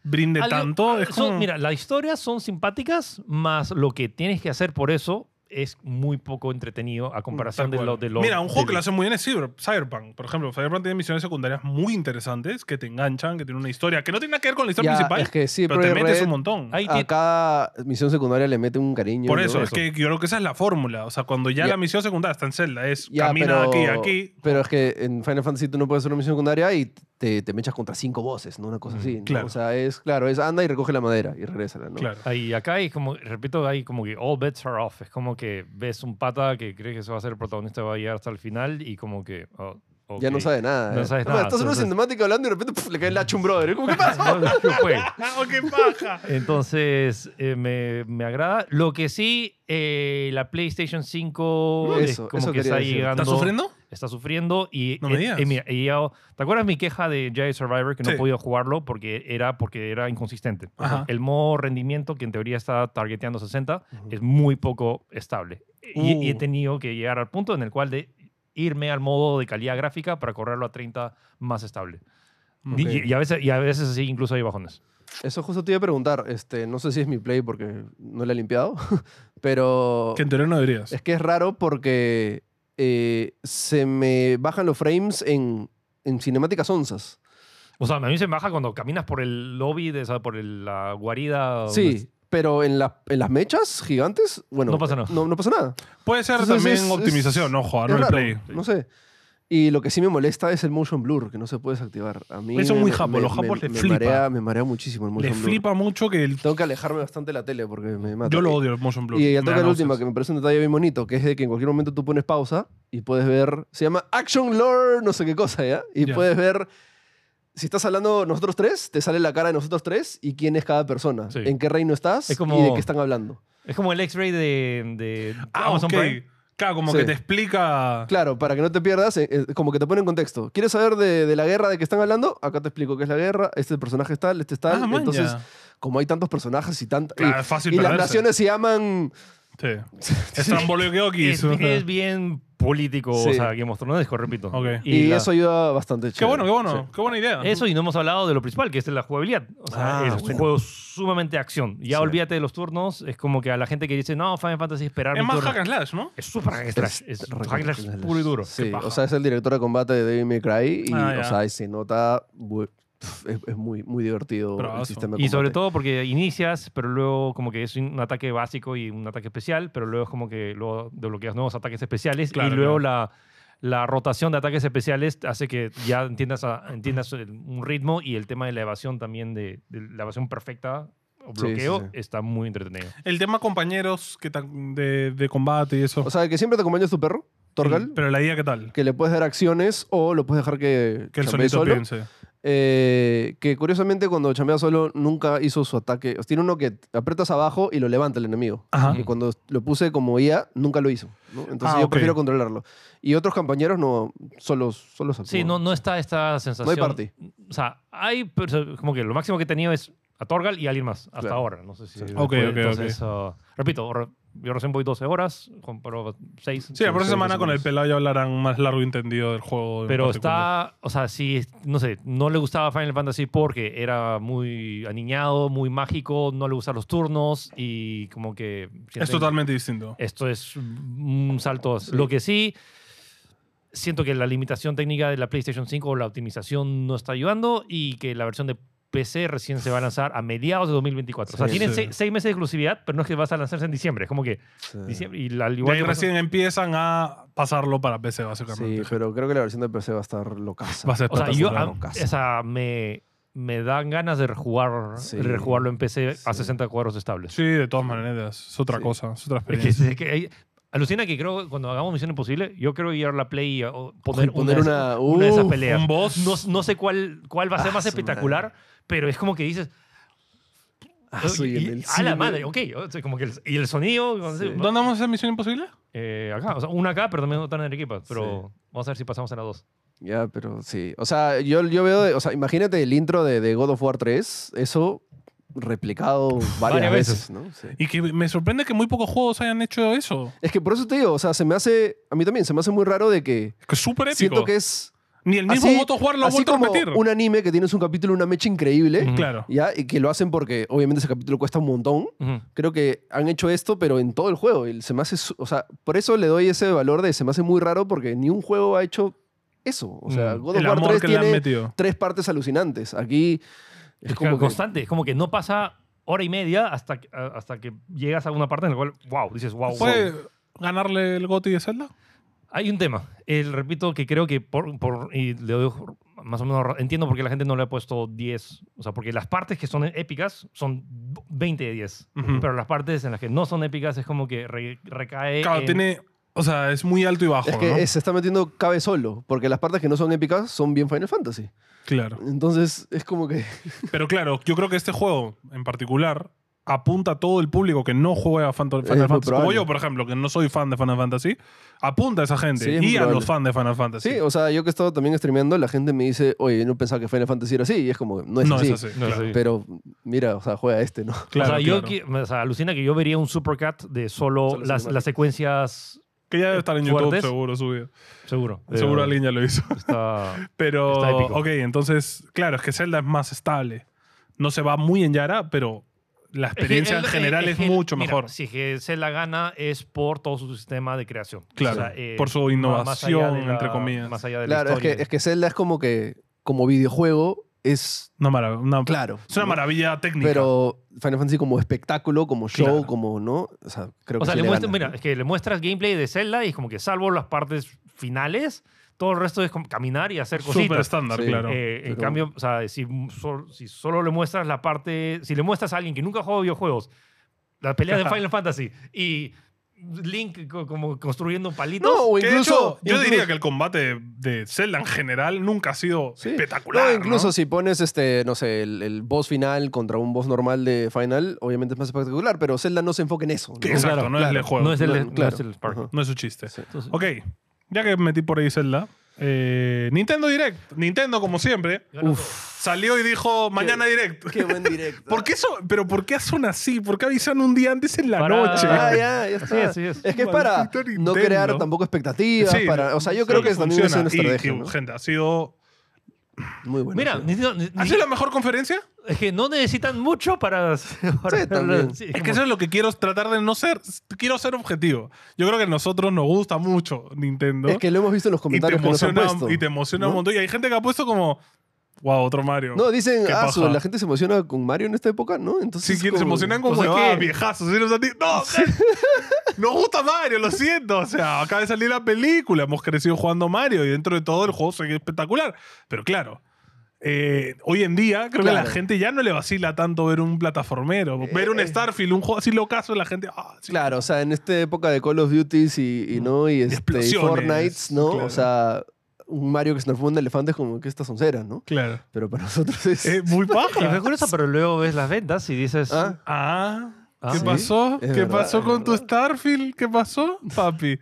brinde Algo- Este, tanto. Es son- como, ah, mira, las historias son simpáticas, más lo que tienes que hacer por eso es muy poco entretenido a comparación de lo de lo. Mm, Mira, un juego de- que lo hace muy bien es Cyber- Cyberpunk. Por ejemplo, Cyberpunk tiene misiones secundarias muy interesantes que te enganchan, que tienen una historia que no tiene nada que ver con la historia Ya, principal, es que sí, pero te Project metes Red- un montón. Ahí a tiene- cada misión secundaria le mete un cariño. Por ¿no? eso, es eso. que yo creo que esa es la fórmula. O sea, cuando ya, Ya. la misión secundaria está en celda, es Ya, camina de aquí pero- a aquí. Pero es que en Final Fantasy tú no puedes hacer una misión secundaria y te, te mechas contra cinco voces, ¿no? Una cosa así. ¿no? Mm, claro. O sea, es claro, es anda y recoge la madera y regresa, ¿no? Claro. Ahí, acá hay como, repito, hay como que all bets are off. Es como que ves un pata que cree que se va a ser el protagonista, va a llegar hasta el final y como que. oh, Ya no ok. sabe nada. No ¿eh? sabes Es más, nada, Estás en una entonces- cinemática hablando y de repente puf, le cae el hacha a un brother. ¿eh? Como, (laughs) ¿Qué pasa? (laughs) No, no, no fue. ¡Ah, qué paja! Entonces, eh, me, me agrada. Lo que sí, eh, la PlayStation 5 es Eso, como eso que quería está decir. llegando. ¿Estás sufriendo? Está sufriendo y... No me eh, digas. eh, mira, y ya- ¿Te acuerdas mi queja de Jedi Survivor que no Sí. podía jugarlo porque era, porque era inconsistente? Ajá. El modo rendimiento, que en teoría está targeteando 60, es muy poco estable. Y, y he Uh. tenido que llegar al punto en el cual de irme al modo de calidad gráfica para correrlo a 30 más estable. Y- Ok. Y, y a veces, y a veces sí, incluso hay bajones. Eso justo te iba a preguntar. Este, no sé si es mi play porque no la he limpiado, (laughs) pero Que en teoría no deberías. es que es raro porque eh, se me bajan los frames en, en cinemáticas onzas. O sea, a mí se me baja cuando caminas por el lobby, de, o sea, por el- la Oh, guarida. Sí, pero en, la- en las mechas gigantes, bueno, No pasa nada. No, no pasa nada. Puede ser Entonces, también es- optimización, es- ojo, es no el raro, play. No sé. Y lo que sí me molesta es el motion blur, que no se puede desactivar. A mí Eso es muy me- japo, me- los me- japos les me flipa. Marea, me marea muchísimo el motion Le blur. flipa mucho que el. Tengo que alejarme bastante de la tele porque me mata. Yo lo odio el motion blur. Y Me ya toca da la última, náuseas. que me parece un detalle bien bonito, que es de que en cualquier momento tú pones pausa y puedes ver. Se llama Action Lore, no sé qué cosa, ¿ya? Y Ya. puedes ver. Si estás hablando nosotros tres, te sale la cara de nosotros tres y quién es cada persona. Sí. En qué reino estás Es como- y de qué están hablando. Es como el X-ray de, de Ah, Amazon ok. Prime. Claro, como Sí. que te explica. Claro, para que no te pierdas, eh, eh, como que te pone en contexto. ¿Quieres saber de, de la guerra de que están hablando? Acá te explico qué es la guerra. Este personaje es tal, este es tal. Ah, maña. Entonces, como hay tantos personajes y tantas. Claro, es fácil y las perderse. naciones se llaman. (laughs) Sí. Estrambolio que Es, Okis. es bien político, o Sí. sea, Game of Thrones, repito. Ok. Y, la- eso ayuda bastante. Qué chévere. bueno, qué bueno. Sí. Qué buena idea. Eso, y no hemos hablado de lo principal, que es la jugabilidad. O sea, Ah, es un bueno. juego sumamente de acción. Ya Sí. olvídate de los turnos, es como que a la gente que dice, no, Final Fantasy, esperar Es mi más turno". hack and slash, ¿no? Es súper hack and slash. Es Es, re- hack and slash puro y duro. Sí, Qué paja. o sea, es el director de combate de David May Cry y, Ah, ya. o sea, y se nota. bu- pf, Es, es muy, muy divertido Bravazo. el sistema de Y sobre combate. todo porque inicias, pero luego como que es un ataque básico y un ataque especial, pero luego es como que luego desbloqueas nuevos ataques especiales Claro, y luego la, la rotación de ataques especiales hace que ya entiendas, a- entiendas el- un ritmo y el tema de la evasión también, de, de la evasión perfecta o Sí, sí, bloqueo, sí. está muy entretenido. El tema compañeros que tan- de, de combate y eso. O sea, que siempre te acompaña tu perro, Torgal, Pero la idea, ¿qué tal? que le puedes dar acciones o lo puedes dejar que, Que el chambee solito solo. piense. eh, que curiosamente cuando chambea solo nunca hizo su ataque. Tiene uno que aprietas abajo y lo levanta el enemigo. Ajá. Y cuando lo puse como IA, nunca lo hizo. ¿no? Entonces Ah, yo ok. prefiero controlarlo. Y otros compañeros no, solo, solo actúan. Sí, no, no está esta sensación. party. O sea, hay. perso- Como que lo máximo que he tenido es a Torgal y alguien más. Hasta Claro. ahora. No sé si. Sí. después, Ok, ok, ok. entonces, ah, repito, re- yo recién voy 12 horas, compro 6. Sí, la próxima sí, semana sí, con sí. el pelado ya hablarán más largo y entendido del juego. en Pero particular. está, o sea, sí, no sé, no le gustaba Final Fantasy porque era muy aniñado, muy mágico, no le gustan los turnos y como que... Es totalmente distinto. Esto es un salto. Lo que sí, siento que la limitación técnica de la PlayStation 5 o la optimización no está ayudando y que la versión de PC recién se va a lanzar a mediados de 2024. o sea, Sí, tienen sí. se- seis meses de exclusividad, pero no es que vas a lanzarse en diciembre, es como que Sí. diciembre y la- al Y igual ahí que- recién empiezan a pasarlo para PC, Sí, básicamente. pero creo que la versión de PC va a estar locaza. Va a ser O sea, yo, espectacular. a- o sea, me, me dan ganas de rejugar, Sí. de rejugarlo en PC a Sí. 60 cuadros estables. Sí, de todas maneras. Es otra Sí. cosa, es otra Es que- experiencia. es que hay- alucina que creo que cuando hagamos Misión Imposible, yo creo ir a la Play y o, Poner, poner, poner una, una. de esas- una de esas ¡Uf! peleas. Un boss. No, no sé cuál, cuál va a ser Ah, más su espectacular, pero es como que dices. Ah, y- soy en y- el a la cine. madre, ok. o sea, como que el- y el sonido. no sé, Sí. va- ¿Dónde vamos a hacer Misión Imposible? eh, acá, o sea, una acá, pero también no están en Arequipa. Pero vamos a ver si pasamos a la dos. Ya, pero sí. O sea, yo, yo veo. de- o sea, imagínate el intro de, de God of War 3, eso replicado varias, Varias veces, ¿no? Sí. Y que me sorprende que muy pocos juegos hayan hecho eso. Es que por eso te digo, o sea, se me hace. A mí también, se me hace muy raro de que. Es que es súper épico. Siento que es. Ni el mismo así- God of War lo ha así vuelto a como repetir. Mm. un anime que tienes un capítulo, una mecha increíble, Ujú. Claro. ¿ya? Y que lo hacen porque obviamente ese capítulo cuesta un montón. Ujú. Creo que han hecho esto, pero en todo el juego. Y se me hace. su- O sea, por eso le doy ese valor de se me hace muy raro porque ni un juego ha hecho eso. O sea, Mm. God of El War amor 3 que le han tiene metido. tres partes alucinantes. Aquí es, Es como como que, constante, es como que no pasa hora y media hasta que, a- hasta que llegas a una parte en la cual, wow, dices, wow, ¿Puede ganarle el GOTY de Zelda? Hay un tema, el, repito, que creo que por, por- y le doy más o menos, ra- entiendo por qué la gente no le ha puesto 10, o sea, porque las partes que son épicas son 20 de 10, Ujú. pero las partes en las que no son épicas es como que re- recae... Claro, en- tiene. O sea, es muy alto y bajo, Eh, es que ¿no? es- se está metiendo cabe solo, porque las partes que no son épicas son bien Final Fantasy. Claro. Entonces es (laughs) como que Pero claro, yo creo que este juego en particular apunta a todo el público que no juega a Fanto- Es Final muy Fantasy. Como probable. yo, por ejemplo, que no soy fan de Final Fantasy, apunta a esa gente Sí, es muy y a probable. los fans de Final Fantasy. sí, o sea, yo que he estado también streameando, la gente me dice, oye, no pensaba que Final Fantasy era así, y es como no es no así. es así. No es claro. así. Pero mira, o sea, juega este, ¿no? Claro, o sea, yo claro. qui- o sea, alucina que yo vería un supercat de Solo solo, las, cinemáticas. las secuencias, Que ya debe estar en YouTube, ¿Fuertes? seguro, subido. seguro. Seguro Pero alguien ya lo hizo. está- Pero, Está épico. ok, entonces, claro, es que Zelda es más estable. No se va muy en Yara, pero la Es (laughs) que experiencia el- en general el- es, el- mucho mira, mejor. Si que se la gana es por todo su sistema de creación. Claro, eh, por su ma- más innovación, allá de la- entre comillas. Más allá de la Claro, es que, historia. es que Zelda es como que, como videojuego, es Una marav- una- claro. Es una ¿no? maravilla técnica. Pero Final Fantasy como espectáculo, como show, Claro. como, ¿no? O sea, creo que o sea, sí le le muestras, gana, mira, ¿no? es que le muestras gameplay de Zelda y es como que salvo las partes finales, todo el resto es como caminar y hacer Súper cositas. estándar, Sí. claro. Eh, en pero- cambio, o sea, si, sol- si solo le muestras la parte, si le muestras a alguien que nunca ha jugado videojuegos, las peleas (laughs) de Final Fantasy y Link co- como construyendo palitos. No, o Que de incluso... hecho, yo incluso- diría que el combate de Zelda en general nunca ha sido Sí. espectacular. No, incluso si pones este, no sé, el, el boss final contra un boss normal de final, obviamente es más espectacular, pero Zelda no se enfoca en eso. ¿no? Que exacto, no es el juego. no es el, Claro, no claro. es el parque. Ajá. No es su chiste. Sí. Entonces- Ok, ya que metí por ahí Zelda. eh, Nintendo Direct. Nintendo, como siempre, salió y dijo mañana Direct. Qué buen directo. (laughs) ¿Por qué eso? ¿Pero por qué son así? ¿Por qué avisan un día antes en la Para- noche? Ah, ya, ya está. Así es, así es. que es para Maldito no crear Nintendo. tampoco expectativas. Sí, para, o sea, yo sí, creo que también es una funciona. Y- estrategia. y, ¿no? Gente, ha sido. Muy buena. Mira, sí. Nintendo- ni- ¿Ha ni- sido la mejor conferencia? es que no necesitan mucho para. (laughs) para- Sí, también. sí, Es que como- eso es lo que quiero tratar de no ser. Quiero ser objetivo. Yo creo que a nosotros nos gusta mucho Nintendo. es que lo hemos visto en los y te comentarios que nos han emociona, puesto. y te emociona un ¿no? montón. Y hay gente que ha puesto como. Wow, otro Mario. No, dicen, Qué ah, su- paja. la gente se emociona con Mario en esta época, ¿no? Sí, Entonces, que como- pues se emocionan como o sea "Ah, que- viejazos. ¿sí? O sea, ti- (laughs) No, (laughs) nos gusta Mario, lo siento. O sea, acaba de salir la película, hemos crecido jugando Mario y dentro de todo el juego sigue espectacular. Pero claro, eh, hoy en día creo que a la Claro. Eh, gente ya no le vacila tanto ver un plataformero, ver un Starfield, un juego así locazo, la gente. ah, sí. Claro, o sea, en esta época de Call of Duty y, y no, y, este, Mm. y explosiones, Fortnite, ¿no? claro. O sea, un Mario que se nos fue un elefante es como que estas onceras, ¿no? Claro. Pero para (laughs) nosotros es... Eh, muy (laughs) Y fue paja. curioso, pero luego ves las ventas y dices. ¿Ah? Ah. Ah, ¿Qué sí, pasó? es ¿Qué verdad, pasó es con tu verdad. Starfield? ¿Qué pasó, papi?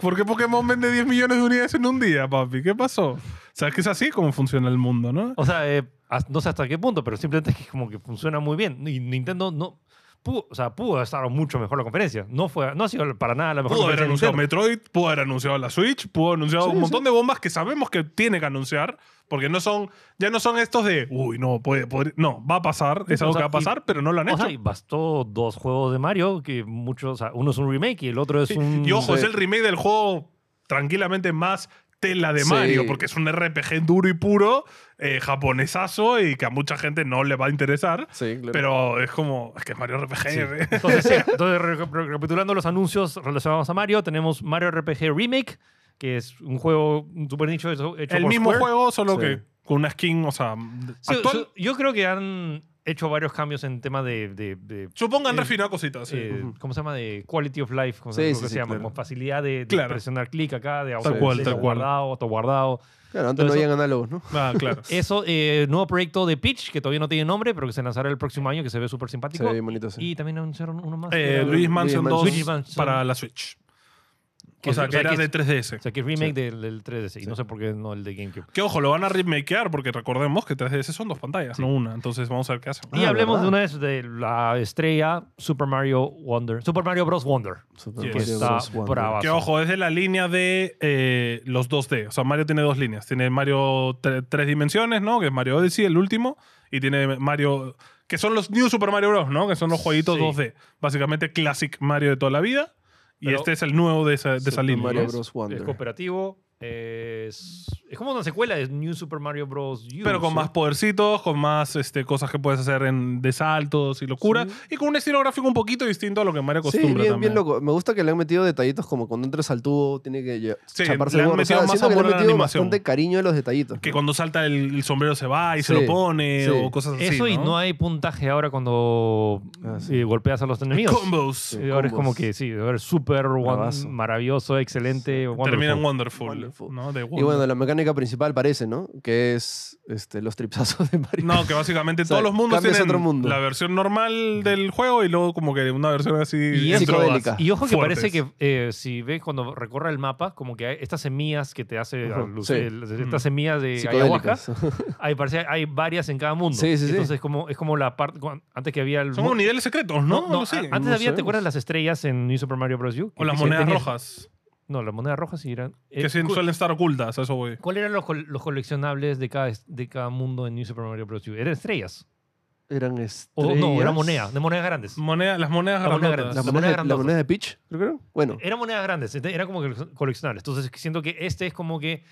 ¿Por qué Pokémon vende 10 millones de unidades en un día, papi? ¿Qué pasó? Sabes que es así como funciona el mundo, ¿no? (laughs) O sea, eh, as- no sé hasta qué punto, pero simplemente es que como que funciona muy bien. Y Nintendo no. Pudo, o sea, pudo estar mucho mejor la conferencia. No, fue, no ha sido para nada la mejor Pudo haber conferencia. de anunciado Nintendo. Metroid, pudo haber anunciado la Switch, pudo haber anunciado Sí, un montón sí. de bombas que sabemos que tiene que anunciar, porque no son, ya no son estos de, uy, no, puede, podría- no, va a pasar, es Sí, algo o sea, que va a pasar, y- pero no lo han O sea, hecho. y bastó dos juegos de Mario, que muchos, o sea, uno es un remake y el otro es Sí. un... Y ojo, sí. es el remake del juego tranquilamente más tela de Sí. Mario, porque es un RPG duro y puro, eh, japonesazo, y que a mucha gente no le va a interesar. Sí, claro. Pero es como, es que es Mario RPG. (laughs) Sí. ¿eh? Entonces, sí, entonces, re- re- recapitulando los anuncios relacionados a Mario, tenemos Mario RPG Remake, que es un juego super nicho hecho, hecho El por mismo Square. juego, solo Sí. que con una skin, o sea, Sí, actual. su- yo creo que han hecho varios cambios en tema de... de- de, Supongo que han eh, refinado cositas. sí. eh, ujú. ¿Cómo se llama? De quality of life, como Sí, se, sí, que sí, se llama, claro. como facilidad de, de Claro. presionar clic acá, de Tal cual, tal cual. guardado, autoguardado. Claro, antes no Entonces- habían análogos, ¿no? Ah, claro. (laughs) Eso, eh, nuevo proyecto de Peach, que todavía no tiene nombre, pero que se lanzará el próximo año, que se ve súper Sí, simpático. bien bonito, sí. Y también anunciaron uno más. que Eh, era- Luigi's Mansion 2 Luigi's Mansion. para la Switch. Que- o sea, o que sea, era que- de 3DS. o sea, que es remake del, del 3DS. Y no sé por qué no el de GameCube. Que ojo, lo van a remakear porque recordemos que 3DS son dos pantallas, no una. Entonces vamos a ver qué hacen. Y Ah, hablemos de ¿verdad? una vez de la estrella Super Mario Wonder. Super Mario Bros. Wonder. Super que Mario está Bros. Wonder. brava. Que Paso. ojo, es de la línea de eh, los 2D. O sea, Mario tiene dos líneas. Tiene Mario tre- tres dimensiones, ¿no? Que es Mario Odyssey, el último. Y tiene Mario. Que son los New Super Mario Bros., ¿no? Que son los jueguitos Sí. 2D. Básicamente Classic Mario de toda la vida. Y Pero- este es el nuevo de esa, de esa Super línea. Mario ¿no? Bros. Wonder. Es cooperativo. Es, es como una secuela de New Super Mario Bros. U. Pero con ¿sí? más podercitos, con más este, cosas que puedes hacer en, de saltos y locura. Y con un estilo gráfico un poquito distinto a lo que Mario Sí, acostumbra bien, bien también. loco. Me gusta que le han metido detallitos como cuando entras al tubo tiene que lle- Sí, chaparse le el han gorro. O sea, metido más siento que le amor a han la metido animación. bastante cariño a los detallitos. Que ¿no? cuando salta el, el sombrero se va y se Sí, lo pone sí. o cosas así. Eso y no hay puntaje ahora cuando Ah, sí. eh, golpeas a los enemigos. Combos. Sí, ahora es combos. como que sí, ahora es súper wan- Bravazo. maravilloso, excelente. wonderful. Terminan Wonderful. Wonderful. ¿no? De Y Wonder. bueno, la mecánica principal parece, ¿no? Que es este, los tripsazos de Mario. No, que básicamente (laughs) O sea, todos los mundos cambias a tienen otro mundo. la versión normal del juego y luego como que una versión así Y en es- drogas. psicodélica. Y ojo que Fuertes. parece que eh, si ves cuando recorre el mapa, como que hay estas semillas que te hace Ujú, aluc- sí. el- Mm. estas semillas de ayahuasca, Psicodélicas. hay, parece, hay varias en cada mundo. Sí, sí, sí. Entonces como, es como la parte, cuan- antes que había el... Son mu- como niveles secretos, ¿no? No, no, sé. a- antes no había, ¿te sabemos. acuerdas las estrellas en New Super Mario Bros. U? o las Que monedas tenías- rojas, No, las monedas rojas sí eran... que eh, sí cu- suelen estar ocultas, a eso voy. ¿Cuál eran los, col- los coleccionables de cada, est- de cada mundo en New Super Mario Bros. U? ¿Eran estrellas? (laughs) Eran O, estrellas. No, eran monedas, de monedas grandes. Moneda- las monedas Las monedas grandotas. La Las moneda, monedas la moneda de Peach, creo que era. Bueno, Este, Eran monedas grandes, ente- era como que coleccionables. Entonces siento que este es como que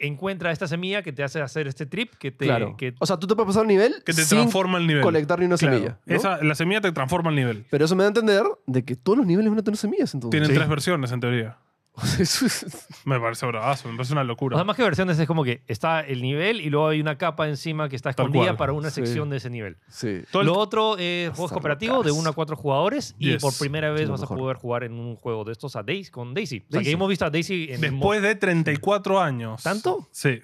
encuentra esta semilla que te hace hacer este trip que te... claro. que- O sea, tú te puedes pasar un nivel que te sin transforma el nivel. colectar ni una Claro. semilla. ¿no? Esa, la semilla te transforma el nivel. Pero eso me da a entender de que todos los niveles van a tener semillas, entonces. Tienen Sí. tres versiones en teoría. (laughs) Eso es- Me parece bravazo, me parece una locura. o sea, más que versiones es como que está el nivel y luego hay una capa encima que está Tal escondida cual. para una Sí. sección de ese nivel. sí. Todo el- Lo otro es juegos Hasta cooperativos de locas. 1 a 4 jugadores y Yes. por primera vez lo vas a mejor. poder jugar en un juego de estos a Daisy, con Daisy. O sea, que Daisy. hemos visto a Daisy en el mo- Después de 34 años. ¿Tanto? Sí.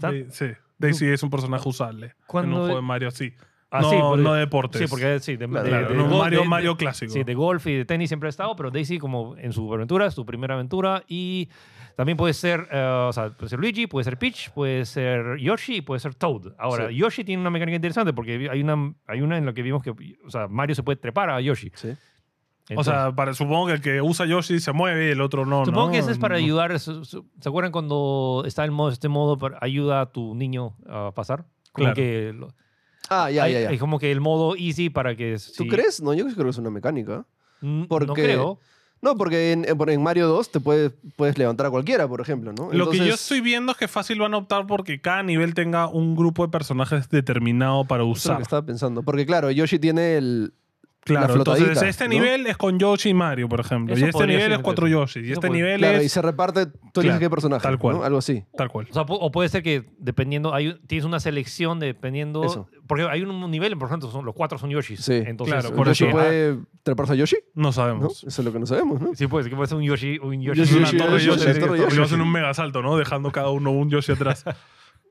¿Tan- Da- Sí. Daisy es un personaje usable. En un ¿Cuándo- juego de Mario, sí. Ah, no, sí, porque- no de deportes. Sí, porque sí, de, Claro, de- Claro, de- no, de- Mario, de- Mario clásico. Sí, de golf y de tenis siempre ha estado, pero Daisy como en su aventura, su primera aventura. Y también puede ser, eh, o sea, puede ser Luigi, puede ser Peach, puede ser Yoshi y puede ser Toad. Ahora, Sí. Yoshi tiene una mecánica interesante porque hay una, hay una en la que vimos que, o sea, Mario se puede trepar a Yoshi. sí. o Entonces, sea, para, supongo que el que usa Yoshi se mueve y el otro no. supongo ¿no? Mm. que eso es para No. ayudar. su- su- ¿Se acuerdan cuando está el modo, este modo para- ayuda a tu niño a pasar? Como Claro. que lo- Ah, ya, hay, ya, hay ya. como que el modo easy para que. ¿Tú si- crees? No, yo creo que es una mecánica. Mm, No Porque- creo. No, porque en, en- por- en Mario 2 te puedes, puedes levantar a cualquiera, por ejemplo, ¿no? Lo que yo Entonces, estoy viendo es que fácil van a optar porque cada nivel tenga un grupo de personajes determinado para eso Pues es lo usar. que estaba pensando. Porque claro, Yoshi tiene el, Claro, flotadita, entonces este ¿no? nivel es con Yoshi y Mario, por ejemplo. Eso y este podría nivel ser es cuatro interesante. Yoshis. Y Eso este podría- nivel Claro, y es se reparte, tú eliges Claro, qué personaje. tal cual. ¿no? Algo así. tal cual. O, sea, pu- o puede ser que dependiendo, hay, un- tienes una selección dependiendo. Eso. Porque hay un nivel, por ejemplo, son, los cuatro son Yoshis. Sí. Entonces, Claro, por Por eso- Yoshi eso. puede treparse a Yoshi, No ¿no? sabemos. Eso es lo que no sabemos, ¿no? ah, Sí, puede ser que puede ser un Yoshi. Un Yoshi, Es Yoshi, una Yoshi, torre Yoshi, Yoshi, Yoshi, sí, torre porque Yoshi. hacen un mega salto, ¿no? Dejando cada uno un Yoshi atrás.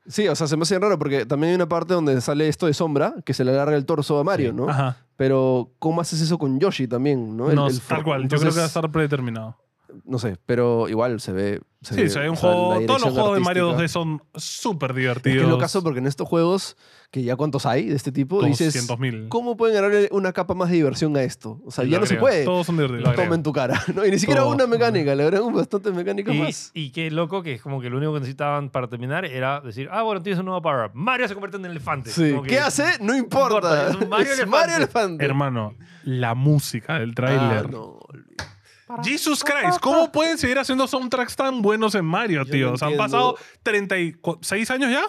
Sí, o sea, se me hace raro porque también hay una parte donde sale esto de sombra, que se le alarga el torso a Mario, ¿no? Ajá. Pero, ¿cómo haces eso con Yoshi también, no? El- No, el tal for- cual. Yo creo entonces, que va a estar predeterminado. No sé, pero igual se ve... Sí, se ve un Este, o sea, la juego. Todos los dirección juegos de Mario artística. 2D son súper Es que divertidos. es lo caso porque en estos juegos, que ya cuántos hay de este tipo, dices, 200.000. ¿cómo pueden ganarle una capa más de diversión a esto? O sea, Lo ya no se agrego. puede. Todos son Lo divertidos. agrego. Toma en tu cara, ¿no? Y ni siquiera Todo. una mecánica, le agregan bastantes mecánicas Y, más. y qué loco que es como que lo único que necesitaban para terminar era decir, ah, bueno, tienes un nuevo power-up. Mario se convierte en elefante. Sí. Como que- ¿Qué hace? No importa. importa, es un Mario Es Elefante. Mario Elefante. Hermano, la música del Ah, tráiler. no, olvídate. Jesus Christ, ¿cómo pueden seguir haciendo soundtracks tan buenos en Mario, Yo tío? no O sea, han entiendo. pasado 36 años ya.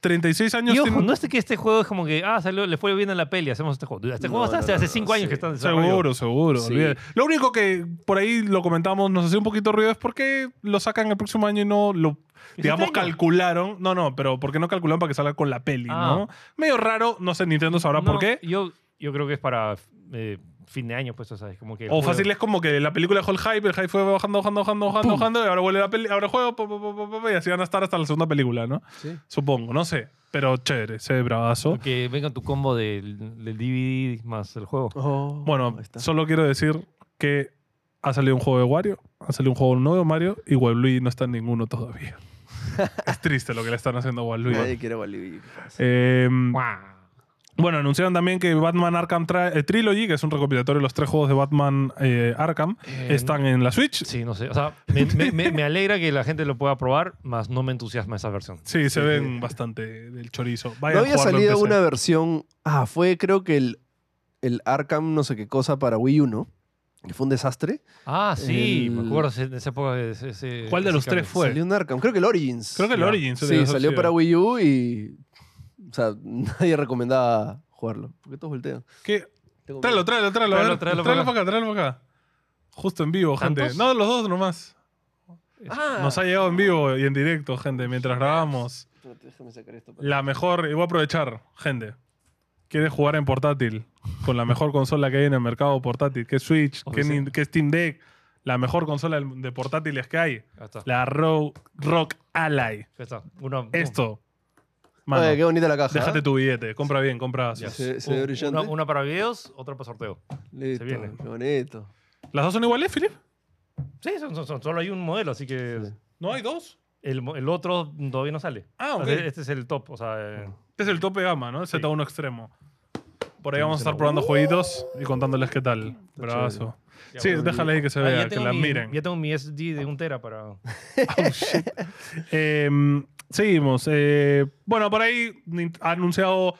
36 años Y ojo, tienen- no es que este juego es como que, ah, salió, le fue bien en la peli, hacemos este juego. Dude, Este No, juego está no, hace no, hace no, cinco años sí. que está en desarrollo. Seguro, seguro. Sí. olvídate. Lo único que por ahí lo comentamos, nos hacía un poquito de ruido, es porque lo sacan el próximo año y no lo, ¿Es digamos, este año? calcularon. No, no, pero ¿por qué no calcularon para que salga con la peli, Ah. no? Medio raro, no sé, Nintendo sabrá No, por qué. Yo, yo creo que es para eh, fin de año, pues, o sea, es como que... el O juego- fácil es como que la película dejó el hype, el hype fue bajando, bajando, bajando, bajando, bajando, y ahora vuelve la peli, ahora juego, pa, pa, pa, pa, pa, pa, y así van a estar hasta la segunda película, ¿no? Sí. Supongo, no sé. Pero chévere, se ve bravazo. Que venga tu combo del, del DVD más el juego. Oh, Bueno, ahí está. solo quiero decir que ha salido un juego de Wario, ha salido un juego nuevo de Mario y Waluigi no está en ninguno (laughs) todavía. es triste lo que le están haciendo a Waluigi. Nadie quiere a Waluigi. Eh, Guau. bueno, anunciaron también que Batman Arkham Tri- eh, Trilogy, que es un recopilatorio de los tres juegos de Batman eh, Arkham, Eh, están en la Switch. Sí, no sé. O sea, me, me- me- me alegra que la gente lo pueda probar, más no me entusiasma esa versión. Sí, se ven bastante del chorizo. Vayan No había a jugarlo en salido PC. una versión. Ah, fue creo que el, el Arkham, no sé qué cosa, para Wii U, ¿no? Que fue un desastre. Ah, sí, me El- acuerdo ese- de esa época. de ese- ese- ¿Cuál de ese los tres cambio. fue? Salió un Arkham. Creo que el Origins. Creo que el Ya. Origins. Sí, debe salió haber para sido. Wii U y. O sea, (laughs) nadie recomendaba jugarlo. Porque todos voltean. ¿Qué? Tengo Tráelo, tráelo, miedo. tráelo. a Tráelo, ver. tráelo Tráelo, para para acá, tráelo para acá. Justo en vivo, gente. ¿Tantos? No, los dos nomás. Ah. Nos ha llegado en vivo y en directo, gente, mientras grabamos. Espérate, déjame sacar esto. para- La mejor, y voy a aprovechar, gente. ¿Quieres jugar en portátil? Con la mejor consola que hay en el mercado portátil, que es Switch, que, Oficial. Nin- que es Steam Deck, la mejor consola del- de portátiles que hay, Ahí está. la Ro- Rock Ally. Ahí está. Uno- Esto. Mano, Oye, qué bonita la caja. déjate ¿eh? tu billete, compra bien, compra. Ya. Se- se Un- ve brillante. Una, una para videos, otra para sorteo. Listo, se viene. Qué bonito. ¿Las dos son iguales, Philip? Sí, son, son- son- solo hay un modelo, así que Sí. No hay dos. el, mo- el otro todavía no sale. Ah, ok. O sea, Este es el top, o sea, eh, Este es el tope de gama, ¿no? Sí. Z1 extremo. Por ahí Sí, vamos a estar Z1. probando jueguitos y contándoles qué tal. chévere. Brazo. Ya, Sí, bueno. déjala ahí que se Ah, vea, ya que tengo la mi- miren. Ya tengo mi SD de un tera para... Oh, (laughs) shit. Em, seguimos. Eh, bueno, por ahí nin- ha anunciado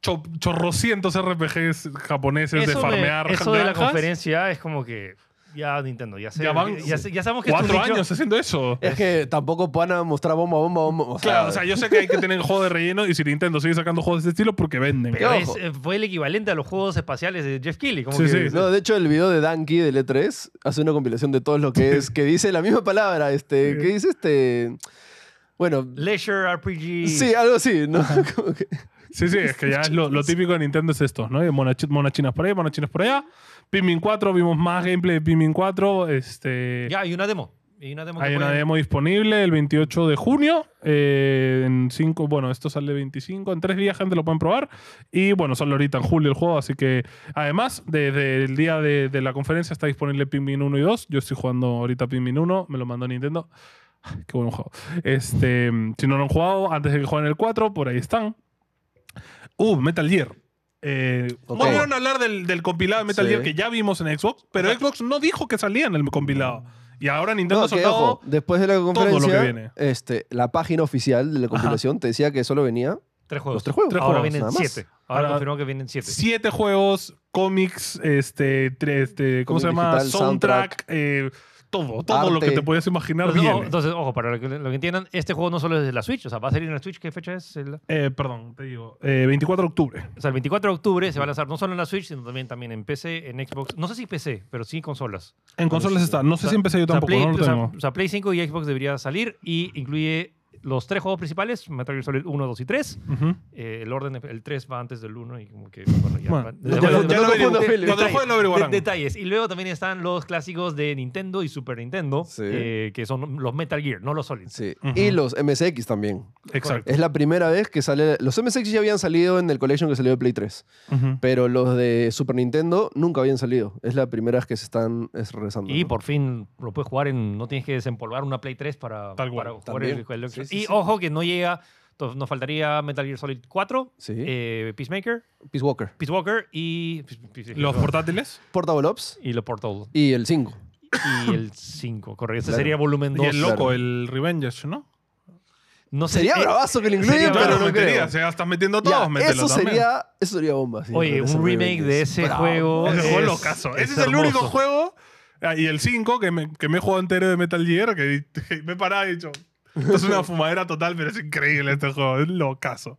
cho- chorrocientos RPGs japoneses de me- farmear eso de la granjas. conferencia es como que... Ya Nintendo, ya sé. Ya van ya, sé- ya sabemos que es tu Cuatro nicho. años haciendo eso. Es que tampoco van a mostrar bomba, bomba, bomba. O sea, Claro, o sea, yo sé que hay que tener juego de relleno y si Nintendo sigue sacando juegos de este estilo porque venden. Pero Ojo. es- eh, fue el equivalente a los juegos espaciales de Jeff Keighley. Como Sí, que, sí. No, de hecho, el video de Danky del E3 hace una compilación de todo lo que es, que dice la misma palabra, este, que dice este. Bueno, Leisure RPG. sí, algo así, ¿no? (laughs) Como que- Sí, sí, es que ya es lo, lo típico de Nintendo es esto, ¿no? Y monachi- Monachinas por ahí, monachinas por allá. Pikmin 4, vimos más gameplay de Pikmin 4. Este, Ya, hay una demo. Hay una demo. que hay una pueden- demo disponible el 28 de junio. eh, en 5, bueno, esto sale 25. En 3 días, gente, lo pueden probar. Y bueno, sale ahorita en julio el juego. Así que, además, desde el día de, de la conferencia está disponible Pikmin 1 y 2. Yo estoy jugando ahorita Pikmin 1, me lo mandó Nintendo. (laughs) Qué buen juego. Este, si no lo han jugado, antes de que jueguen el 4, por ahí están. Uh, Metal Gear. Eh, Ok. Volvieron a hablar del, del compilado de Metal Sí. Gear que ya vimos en Xbox, pero Xbox no dijo que salía en el compilado. Y ahora Nintendo No, ha que, soltado ojo, después de la lo que conferencia, viene. este, la página oficial de la compilación te decía que solo venía Tres juegos. los tres juegos. Tres Ahora juegos, vienen nada más. siete. Ahora, Ahora- confirmó que vienen siete. siete juegos, cómics, este, tre- este, ¿cómo Cómic se llama? digital, soundtrack, eh, Todo, todo lo que Arte. te puedes imaginar Entonces, ojo, viene. entonces, ojo, para lo que, lo que entiendan, este juego no solo es de la Switch, o sea, va a salir en la Switch, ¿qué fecha es? El- o Eh, perdón, te digo. eh, 24 de octubre. sea, el 24 de octubre se va a lanzar no solo en la Switch, sino también, también en PC, en Xbox. No sé si PC, pero sí consolas. En consolas está. No sé si empecé yo O sea, tampoco, Play, no lo o sea, tengo. o sea, Play 5 y Xbox debería salir y incluye los tres juegos principales, Metal Gear Solid 1, 2 y 3. Ujú. Eh, el orden, el 3 va antes del 1 y como que... Bueno, ya, Bueno, va- ya bueno, lo- ya lo detalles, averiguo- detalles, cuando lo jueguen lo averiguarán. de- Detalles. Y luego también están los clásicos de Nintendo y Super Nintendo, Sí. eh, que son los Metal Gear, no los Solid. Sí. Ujú. Y los MSX también. Exacto. Es la primera vez que sale. Los MSX ya habían salido en el collection que salió de Play 3. Ujú. Pero los de Super Nintendo nunca habían salido. Es la primera vez que se están es, regresando. Y ¿no? por fin lo puedes jugar en. No tienes que desempolvar una Play 3 para, Tal cual, para jugar el, también. el- el- Sí, sí, Y sí. ojo que no llega. to- Nos faltaría Metal Gear Solid 4, Sí. eh, Peacemaker, Peace Walker. Peace Walker y. Peace- Peace- Los portátiles. Portable Ops Y lo Portal. (clears throat) y el 5. Y el 5, correcto. Este Claro. sería volumen 2. Y el loco, claro. el Revenge, ¿no? No sé, Sería eh, bravazo que lo incluyan, sería Claro, pero bravo, no metería, creo. o sea, estás metiendo a Ya, todos, mételo eso, también. sería, eso sería bomba. sí, Oye, con ese un remake de ese Bravo. (laughs) juego. Ese juego es- lo caso. es Ese es el único hermoso. juego. ah, Y el 5, que me, que me he jugado entero de Metal Gear, que (laughs) que me he parado y he dicho. Esto es (laughs) una fumadera total, pero es increíble este juego. Es lo caso.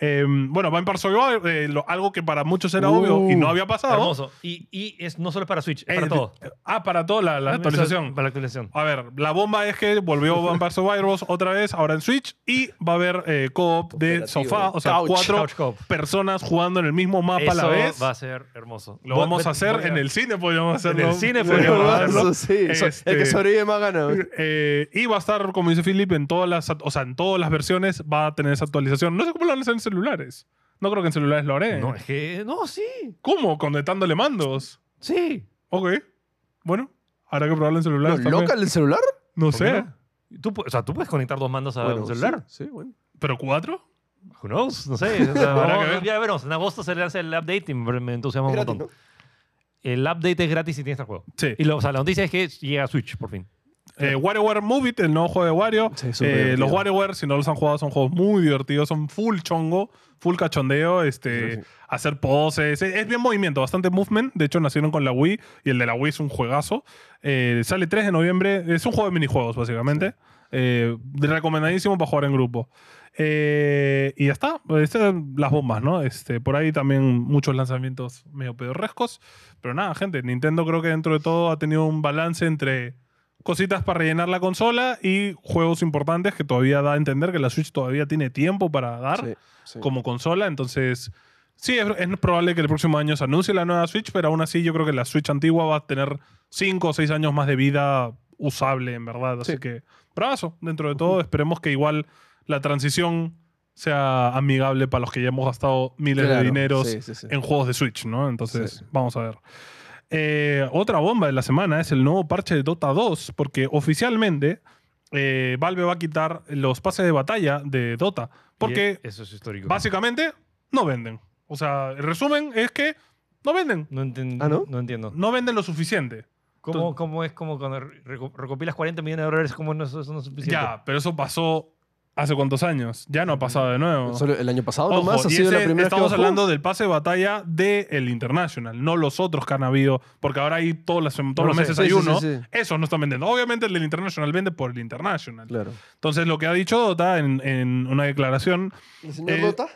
bueno, Vampire Survivor, eh, lo- algo que para muchos era Uh, obvio y no había pasado. Hermoso. Y, y es, no solo es para Switch, es Eh, para todo. Eh, Ah, para toda la, la actualización. Para la actualización. A ver, la bomba es que (laughs) volvió Vampire Survivors otra vez, ahora en Switch, y va a haber eh, co-op de Cooperativo. sofá, o sea, Couch, cuatro couch co-op. personas jugando en el mismo mapa a Ah, la Eso vez. va a ser hermoso. Lo Voy- vamos voy- a hacer voy a- en el cine, podríamos hacerlo. el cine podríamos podríamos hacerlo. hacerlo. Bravazo, sí. So- El Este, que sobrevive más gana. eh, y va a estar, como dice Philip, en todas las, o sea, en todas las versiones va a tener esa actualización. No sé cómo lo van a hacer en celulares. No creo que en celulares lo haré. No, es que. No, sí. ¿Cómo? Conectándole mandos. Sí. Ok. Bueno, habrá que probarlo en ¿Lo celulares. también. loca el celular? No ¿Por qué sé. Tú, pu- o sea, tú puedes conectar dos mandos a Bueno, un Ah, celular. Sí, sí, bueno. ¿Pero cuatro? Who knows? No sé. O (laughs) sea, Habrá vamos- que ver. ya veremos. En agosto se lanza el update y me me entusiasma un Es gratis, montón. El update es gratis y tienes el juego. Sí. Y lo, o sea, la noticia es que llega a Switch, por fin. Eh, WarioWare Move It, el nuevo juego de Wario. Sí, súper Eh, divertido. los WarioWare, si no los han jugado, son juegos muy divertidos. Son full chongo, full cachondeo, este, Sí, sí. hacer poses. Es, es bien movimiento, bastante movement. De hecho, nacieron con la Wii y el de la Wii es un juegazo. Eh, sale 3 de noviembre. Es un juego de minijuegos, básicamente. Eh, recomendadísimo para jugar en grupo. Eh, y ya está. Estas son las bombas, ¿no? Este, por ahí también muchos lanzamientos medio pedorrescos. Pero nada, gente, Nintendo creo que dentro de todo ha tenido un balance entre cositas para rellenar la consola y juegos importantes que todavía da a entender que la Switch todavía tiene tiempo para dar Sí, sí. como consola. Entonces, sí, es, es probable que el próximo año se anuncie la nueva Switch, pero aún así yo creo que la Switch antigua va a tener 5 o 6 años más de vida usable, en verdad. Así Sí. que, bravazo, dentro de todo, esperemos que igual la transición sea amigable para los que ya hemos gastado miles de Claro, dineros sí, sí, sí. en juegos de Switch, ¿no? Entonces, Sí. vamos a ver. Eh, otra bomba de la semana es el nuevo parche de Dota 2, porque oficialmente eh, Valve va a quitar los pases de batalla de Dota, porque Y Eso es histórico. básicamente no venden. O sea, el resumen es que no venden. No, enten- Ah, ¿no? no entiendo. No venden lo suficiente. ¿Cómo, cómo es como cuando reco- recopilas 40 millones de dólares? ¿Cómo no, eso no es suficiente? Ya, pero eso pasó hace cuántos años. Ya no ha pasado de nuevo. Solo el año pasado Ojo, nomás ha y sido ese- la primera vez que estamos bajó. hablando del pase de batalla del International, no los otros que han habido, porque ahora hay todas las- todos No los sé. meses Sí, hay sí, uno. sí, sí. Esos no están vendiendo. Obviamente el del International vende por el International. Claro. Entonces lo que ha dicho Dota en, en una declaración, ¿El señor Eh, Dota?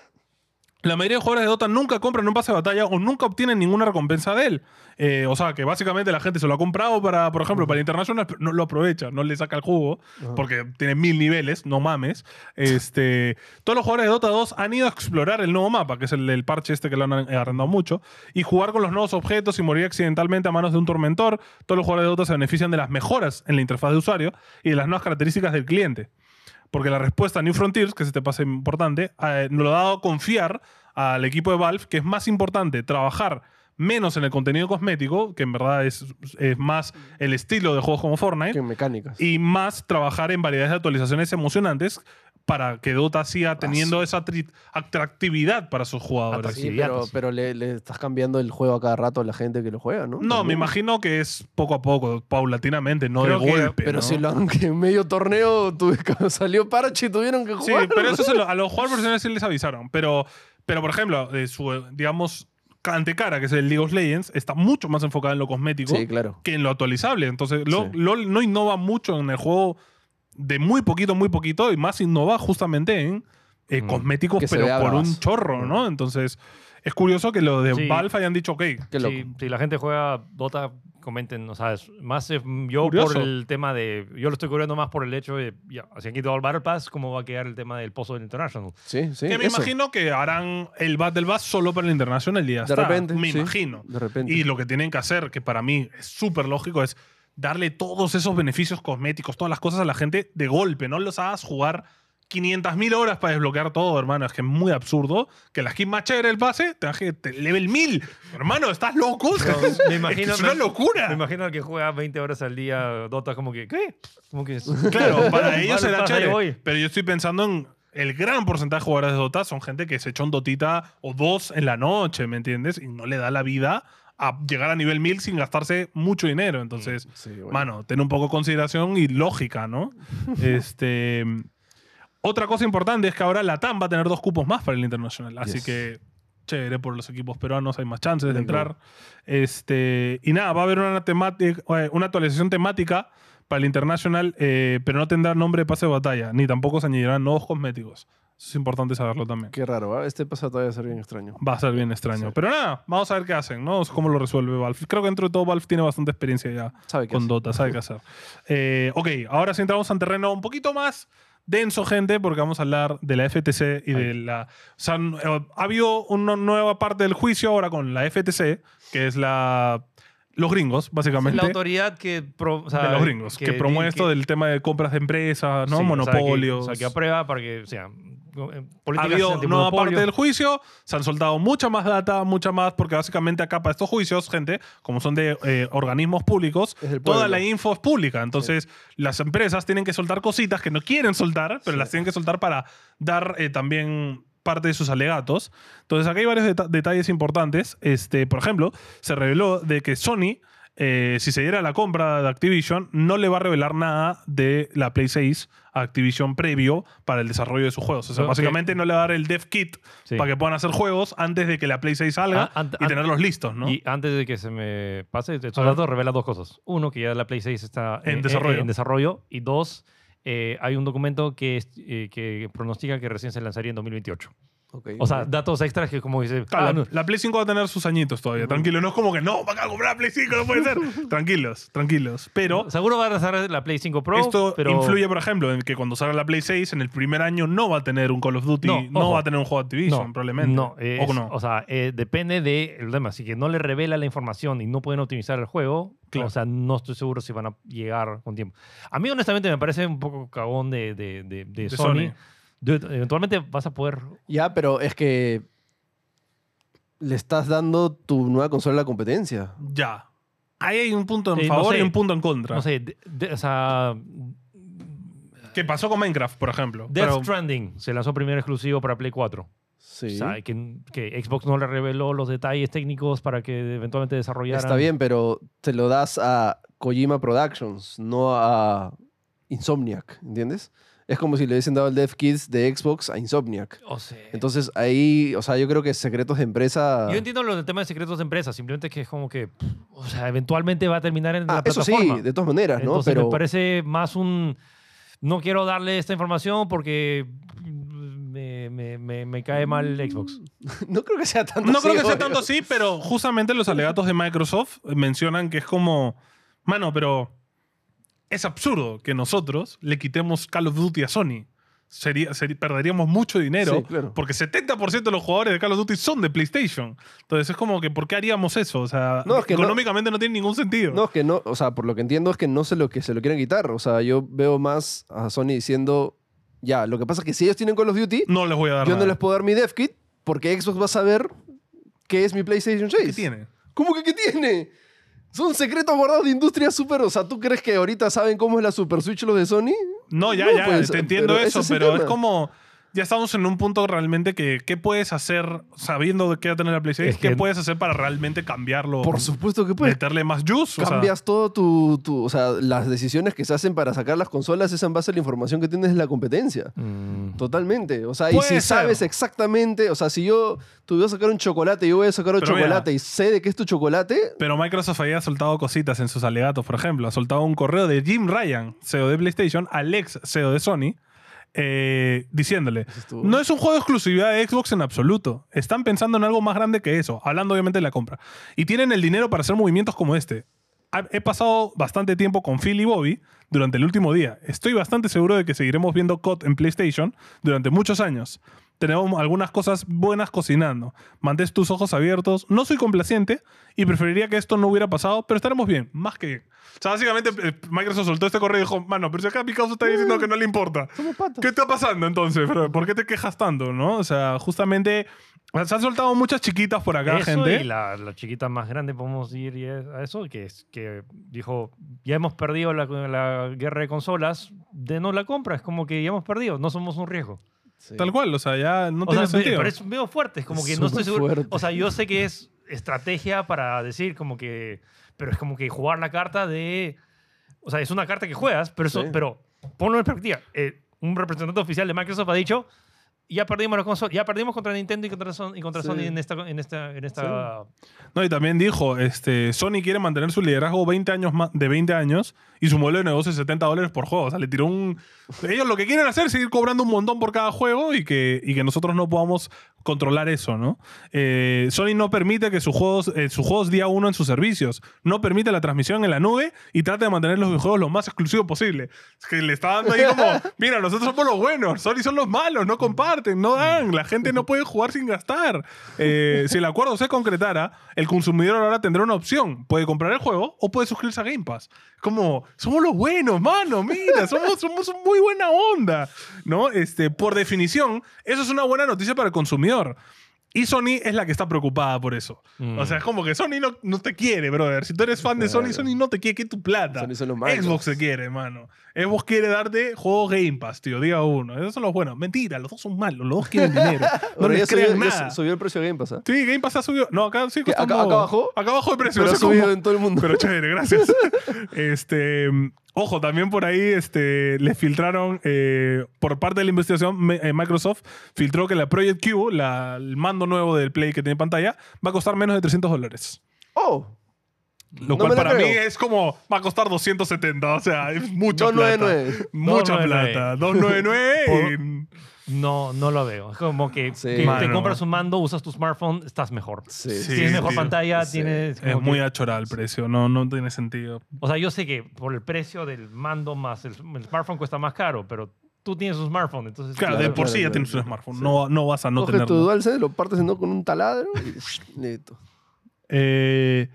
la mayoría de jugadores de Dota nunca compran un pase de batalla o nunca obtienen ninguna recompensa de él. Eh, o sea que básicamente la gente se lo ha comprado para, por ejemplo, para el International, pero no lo aprovecha, no le saca el jugo, porque tiene mil niveles, no mames. Este, (laughs) todos los jugadores de Dota 2 han ido a explorar el nuevo mapa, que es el del parche este que lo han arrendado mucho, y jugar con los nuevos objetos y morir accidentalmente a manos de un tormentor. Todos los jugadores de Dota se benefician de las mejoras en la interfaz de usuario y de las nuevas características del cliente. Porque la respuesta a New Frontiers, que es este pase importante, eh, nos lo ha dado confiar al equipo de Valve que es más importante trabajar menos en el contenido cosmético, que en verdad es, es más el estilo de juegos como Fortnite, Que en mecánicas. y más trabajar en variedades de actualizaciones emocionantes para que Dota siga teniendo esa atri- atractividad para sus jugadores. Atractividad. Sí, pero, idiotas. pero le, le estás cambiando el juego a cada rato a la gente que lo juega, ¿no? No, me También. imagino que es poco a poco, paulatinamente, no Creo de que- golpe. Pero ¿no? si lo han- que en medio torneo tuve que- (laughs) salió parche y tuvieron que Sí, jugar. (laughs) pero eso se lo- a los jugadores profesionales sí les avisaron. Pero, pero por ejemplo, eh, su, eh, digamos, antecara, que es el League of Legends, está mucho más enfocada en lo cosmético Sí, claro. que en lo actualizable. Entonces, lo- Sí. LOL no innova mucho en el juego de muy poquito, muy poquito, y más innova justamente en eh, Mm. cosméticos, Que se pero vea Mm. por bravazo. un chorro, ¿no? Entonces, es curioso que lo de Sí. Valve hayan dicho, ok, Qué loco. Si, si la gente juega Dota, comenten, o sea, es más eh, yo Curioso. por el tema de, yo lo estoy cubriendo más por el hecho de, ya, si han quitado el Battle Pass, ¿cómo va a quedar el tema del pozo (laughs) del International? Sí, sí. que me eso. imagino que harán el Battle Bass solo para el International y ya De está. repente. Me sí. imagino. De repente. Y lo que tienen que hacer, que para mí es súper lógico, es darle todos esos beneficios cosméticos, todas las cosas a la gente de golpe. No los hagas jugar 500.000 horas para desbloquear todo, hermano. Es que es muy absurdo que la skin más chévere del pase te baje te- level 1000. Hermano, ¿estás loco? (laughs) Es Me que imagino, es una locura. me imagino al que juega 20 horas al día Dota, como que, ¿qué? Como que es- (laughs) Claro, para Battle ellos será Pass, ahí chévere. voy. Pero yo estoy pensando en el gran porcentaje de jugadores de Dota son gente que se echó un Dotita o dos en la noche, ¿me entiendes? Y no le da la vida a llegar a nivel 1000 sin gastarse mucho dinero. Entonces, Sí, bueno. mano, ten un poco de consideración y lógica, (laughs) ¿no? este. Otra cosa importante es que ahora la TAM va a tener dos cupos más para el Internacional. Así Yes. que chévere por los equipos peruanos, hay más chances de Venga. entrar. Este, y nada, va a haber una, temática, eh, una actualización temática para el Internacional, eh, pero no tendrá nombre de pase de batalla, ni tampoco se añadirán nuevos cosméticos. Eso es importante saberlo también. Qué raro, ¿ah? Este pasado todavía ser bien extraño. Va a ser bien extraño. Sí. Pero nada, vamos a ver qué hacen, ¿no? Cómo lo resuelve Valve. Creo que dentro de todo Valve tiene bastante experiencia ya ¿Sabe qué? con hace? Dota, sabe qué hacer. Eh, ok, ahora sí entramos en terreno un poquito más denso, gente, porque vamos a hablar de la FTC y de la... O sea, n- eh, ha habido una nueva parte del juicio ahora con la FTC, que es la... Los gringos, es básicamente. la autoridad que, pro- o sea, de los gringos, que, promueve esto que- del tema de compras de empresas, ¿no? sí, o sea, que- Monopolios. O sea, que, aprueba para que, o sea, eh, ha políticas habido nueva parte antimonopolio. del juicio, se han soltado mucha más data, mucha más, porque básicamente acá para estos juicios, gente, como son de eh, organismos públicos, Es del toda pueblo. la info es pública. Entonces, las empresas tienen que soltar cositas que no quieren soltar, pero Sí. las tienen que soltar para dar eh, también parte de sus alegatos. Entonces, acá hay varios deta- detalles importantes. Este, por ejemplo, se reveló de que Sony, eh, si se diera la compra de Activision, no le va a revelar nada de la Play 6 a Activision previo para el desarrollo de sus juegos. O sea, Ok. básicamente este no le va a dar el dev kit Sí. para que puedan hacer juegos antes de que la Play 6 salga Ah, ant- y ant- tenerlos listos, ¿no? Y antes de que se me pase, A estos ver. datos revela dos cosas. Uno, que ya la Play 6 está En eh, desarrollo. eh, en desarrollo. Y dos, eh, hay un documento que, es- eh, que pronostica que recién se lanzaría en 2028. Ok, O sea, ok. datos extras que como dice... Claro, ah, no, la, la Play 5 va a tener sus añitos todavía, tranquilo. No es como que no, van a comprar la Play 5, no (laughs) puede ser. tranquilos, tranquilos. Pero seguro va a lanzar la Play 5 Pro, esto pero... influye, por ejemplo, en que cuando salga la Play 6, en el primer año no va a tener un Call of Duty, no, No, ojo. va a tener un juego de Activision, No, probablemente. No, eh, o es- no. o sea, eh, depende del el tema. Si que no le revela la información y no pueden optimizar el juego, Claro. o sea, no estoy seguro si van a llegar con tiempo. A mí, honestamente, me parece un poco cagón de, de- de- de De Sony. Sony. Dude, eventualmente vas a poder... Ya, pero es que le estás dando tu nueva consola a la competencia. Ya. Ahí hay un punto en Eh, no favor y sé. un punto en contra. No sé, de- de- o sea... ¿Qué pasó con Minecraft, por ejemplo? Death Pero- Stranding se lanzó primero exclusivo para Play 4. Sí. O sea, que, que Xbox no le reveló los detalles técnicos para que eventualmente desarrollaran... Está bien, pero te lo das a Kojima Productions, no a Insomniac, ¿entiendes? Es como si le hubiesen dado el Dev Kids de Xbox a Insomniac. O sea, Entonces ahí, o sea, yo creo que secretos de empresa. Yo entiendo lo del tema de secretos de empresa, simplemente que es como que, pff, o sea, eventualmente va a terminar en Ah, la eso plataforma. sí, de todas maneras, ¿no? Entonces pero me parece más un, no quiero darle esta información porque mm, me, me- me- me cae mal Mm. Xbox. (laughs) no creo que sea tanto No así, creo que sea obvio. tanto así, pero justamente los alegatos de Microsoft mencionan que es como, mano, pero es absurdo que nosotros le quitemos Call of Duty a Sony. Sería, seri- perderíamos mucho dinero Sí, claro. porque 70% de los jugadores de Call of Duty son de PlayStation. Entonces es como que, ¿por qué haríamos eso? O sea, No, es que no- económicamente no, tiene ningún sentido. No, es que no, o sea, por lo que entiendo es que no se lo que se lo quieren quitar. O sea, yo veo más a Sony diciendo, ya, lo que pasa es que si ellos tienen Call of Duty, Mm, No les voy a dar yo nada. no les puedo dar mi dev kit porque Xbox va a saber qué es mi PlayStation 6. ¿Qué tiene? ¿Cómo que qué tiene? Son secretos guardados de industria super. O sea, ¿tú crees que ahorita saben cómo es la Super Switch los de Sony? No, ya, No, ya, pues, te entiendo pero ese eso, es el pero es tema. como. ya estamos en un punto realmente que ¿qué puedes hacer sabiendo de qué va a tener la PlayStation? Es que- ¿Qué puedes hacer para realmente cambiarlo? Por supuesto que puedes. meterle más juice. O sea, Cambias todo tu, tu- O sea, las decisiones que se hacen para sacar las consolas es en base a la información que tienes de la competencia. Totalmente. O sea, y Mm. Puede si ser. sabes exactamente. O sea, si yo tuviera que sacar un chocolate y yo voy a sacar un Pero mira. chocolate y sé de qué es tu chocolate. pero Microsoft había soltado cositas en sus alegatos, por ejemplo. Ha soltado un correo de Jim Ryan, CEO de PlayStation, al ex CEO de Sony, eh, diciéndole, Eso estuvo- No es un juego de exclusividad de Xbox en absoluto. Están pensando en algo más grande que eso, hablando obviamente de la compra. Y tienen el dinero para hacer movimientos como este. Ha- He pasado bastante tiempo con Phil y Bobby durante el último día. Estoy bastante seguro de que seguiremos viendo COD en PlayStation durante muchos años. Tenemos algunas cosas buenas cocinando. Mantén tus ojos abiertos. No soy complaciente y preferiría que esto no hubiera pasado, pero estaremos bien, más que bien. O sea, básicamente eh, Microsoft soltó este correo y dijo, mano, pero si acá Picasso está diciendo que no le importa. Somos patas. ¿Qué está pasando entonces? bro? ¿Por qué te quejas tanto, no? O sea, justamente o sea, se han soltado muchas chiquitas por acá, Eso gente. y la, la chiquita más grande podemos ir y es- a eso, que, es, que dijo, ya hemos perdido la, la guerra de consolas, de no la compra, es como que ya hemos perdido, no somos un riesgo. Sí. Tal cual, o sea, ya no O tiene sea, ve- sentido. pero es medio fuerte, es como que no estoy Súper seguro. fuerte. O sea, yo sé que es estrategia para decir como que, pero es como que jugar la carta de, o sea, es una carta que juegas, pero, eso, Sí. pero ponlo en perspectiva. Eh, un representante oficial de Microsoft ha dicho, ya perdimos la consola, ya perdimos contra Nintendo y contra, Son- y contra Sí. Sony en esta, en esta, en esta No, y también dijo, este, Sony quiere mantener su liderazgo 20 años más, de 20 años y su modelo de negocio es 70 dólares por juego. O sea, le tiró un... Ellos lo que quieren hacer es seguir cobrando un montón por cada juego y que, y que nosotros no podamos controlar eso, ¿no? Eh, Sony no permite que sus juegos, eh, sus juegos día uno en sus servicios. No permite la transmisión en la nube y trata de mantener los videojuegos lo más exclusivos posible. Es que le está dando ahí como, mira, nosotros somos los buenos, Sony son los malos, no comparten, no dan, la gente no puede jugar sin gastar. Eh, si el acuerdo se concretara, el consumidor ahora tendrá una opción. Puede comprar el juego o puede suscribirse a Game Pass. Como, somos los buenos, mano, mira, somos, somos muy buena onda. ¿No? Este, por definición, eso es una buena noticia para el consumidor. Y Sony es la que está preocupada por eso. Mm. O sea, es como que Sony no, no te quiere, brother. Si tú eres fan de Sony, Claro. Sony no te quiere, quiere tu plata. Sony son los malos. Xbox se quiere, mano. Xbox quiere darte juegos Game Pass, tío, día uno. Esos son los buenos. Mentira, los dos son malos, los dos (laughs) quieren dinero. No Ahora les ya subió- crean ya nada. Subió el precio de Game Pass. ¿ah? Sí, Game Pass ha subido. No, acá sí ¿Qué? costó ¿Acá- como- acá bajó? Acá bajó de precio. Pero no ha sé cómo. subido en todo el mundo. Pero chévere, (laughs) gracias. este, ojo, también por ahí este, les filtraron, eh, por parte de la investigación, me- eh, Microsoft filtró que la Project Q, la- el mando nuevo del Play que tiene pantalla, va a costar menos de 300 dólares. Oh, Lo No cual me la para mí creo. es como, va a costar 270, o sea, es mucha plata. 299. Mucha 299. plata. 299 y... No, no lo veo. Es como que, Sí. que te Mano. compras un mando, usas tu smartphone, estás mejor. Sí, Sí. tienes mejor tío. pantalla, Sí. tienes... Es como que- muy achorado el precio, no, no tiene sentido. O sea, yo sé que por el precio del mando más el, el smartphone cuesta más caro, pero tú tienes un smartphone, entonces... Claro, de Claro, por sí ya claro, tienes claro. un smartphone, no, no vas a no Coge tenerlo. tu DualSense, lo partes en dos con un taladro y (laughs) listo. Eh,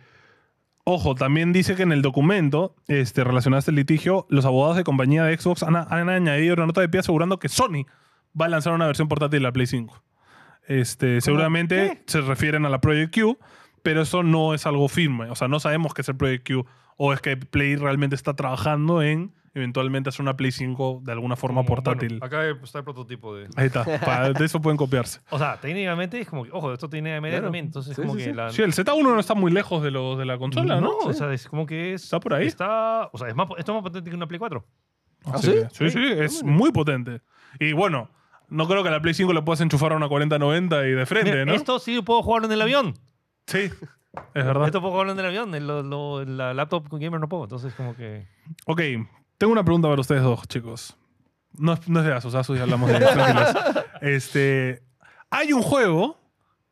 ojo, también dice que en el documento este, relacionado a este litigio, los abogados de compañía de Xbox han, han añadido una nota de pie asegurando que Sony va a lanzar una versión portátil de la Play 5. Este, seguramente se refieren a la Project Q, pero eso no es algo firme. O sea, no sabemos qué es el Project Q o es que Play realmente está trabajando en eventualmente hacer una Play 5 de alguna forma Mm, Como, portátil. bueno, acá está el prototipo de... Ahí está. Pa- de eso pueden copiarse. O sea, técnicamente es como que, ojo, esto tiene AMD Claro. también, entonces Sí, como sí, que sí. la... Sí, el Z1 no está muy lejos de, los de la consola, ¿no? o sea, es como que es... Está por ahí. Está... O sea, es más, esto es más potente que una Play 4. ¿Ah, Así sí? que- Sí, sí, es muy potente. Y bueno, no creo que a la Play 5 le puedas enchufar a una 4090 y de frente, Mira, ¿no? Esto sí puedo jugarlo en el avión. Sí, es verdad. Esto puedo jugarlo en el avión. el- lo- lo- la laptop con gamer no puedo, entonces como que... Ok, tengo una pregunta para ustedes dos, chicos. No, es- no es de Asus, Asus ya hablamos de ellos, tranquilos. Este, hay un juego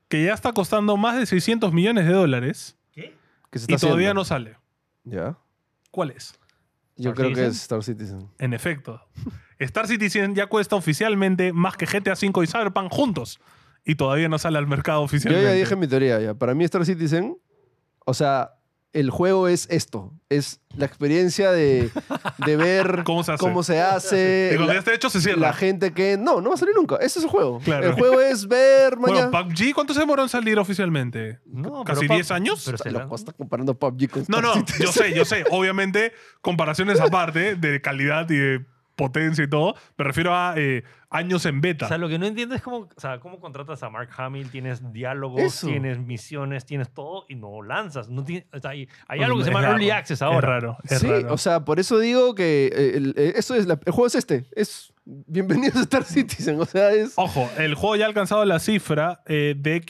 que ya está costando más de 600 millones de dólares ¿Qué? Que se y está todavía haciendo. no sale. ¿Ya? ¿Cuál es? Yo ¿Star creo que Citizen? es Star Citizen. En efecto, Star Citizen ya cuesta oficialmente más que GTA V y Cyberpunk juntos y todavía no sale al mercado Yo oficialmente. ya dije mi teoría, ya. Para mí Star Citizen, o sea, el juego es esto. Es la experiencia de, de (laughs) ver ¿Cómo se hace? hace, Y cuando la, ya esté hecho, se la cierra. gente que... No, no va a salir nunca. Ese es el juego. Claro. El juego es (laughs) ver mañana... Bueno, PUBG, ¿cuánto se demoró en salir oficialmente? No, ¿Casi pero pa- 10 años? Pero se lo lan- puedo estar comparando PUBG con No, Star no, Citizen. yo sé, yo sé. Obviamente, comparaciones aparte de calidad y de potencia y todo, me refiero a eh, años en O beta. sea, lo que no entiendo es cómo, o sea, cómo contratas a Mark Hamill, tienes diálogos, Eso. tienes misiones, tienes todo y no lanzas. No tiene- o sea, hay, hay Pues algo que se es llama raro, Early Access es ahora. raro, es (laughs) sí, raro. o sea, por eso digo que eh, el, eh, eso es la- el juego es este. Es bienvenidos a Star Citizen. O sea, es. Ojo, el juego ya ha alcanzado la cifra eh, de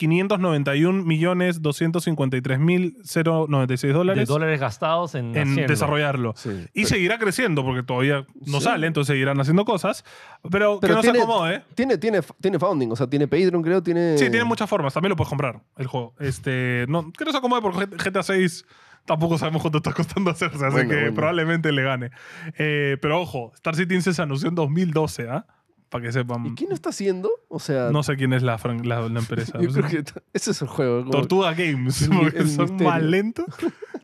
591.253.096 De dólares dólares gastados en, en haciendo. desarrollarlo. Sí, Y pero- seguirá creciendo porque todavía no Sí. sale, entonces seguirán haciendo cosas. Pero, que Pero no tiene- se acomode. ¿eh? Tiene, tiene, tiene founding, o sea, tiene Patreon, creo, tiene. Sí, tiene muchas formas. También lo puedes comprar, el juego. Este, no, que no se acomode porque GTA 6 tampoco sabemos cuánto está costando hacerse, así Bueno, que bueno. probablemente le gane. Eh, pero ojo, Star Citizen se anunció en 2012, ¿ah? Para que sepan. ¿Y quién lo está haciendo? O sea, No sé quién es la, fran- la, la empresa. (laughs) yo creo que ese es el juego. como- Tortuga Games, (laughs) El mi- porque el son misterio. más (laughs) lentos.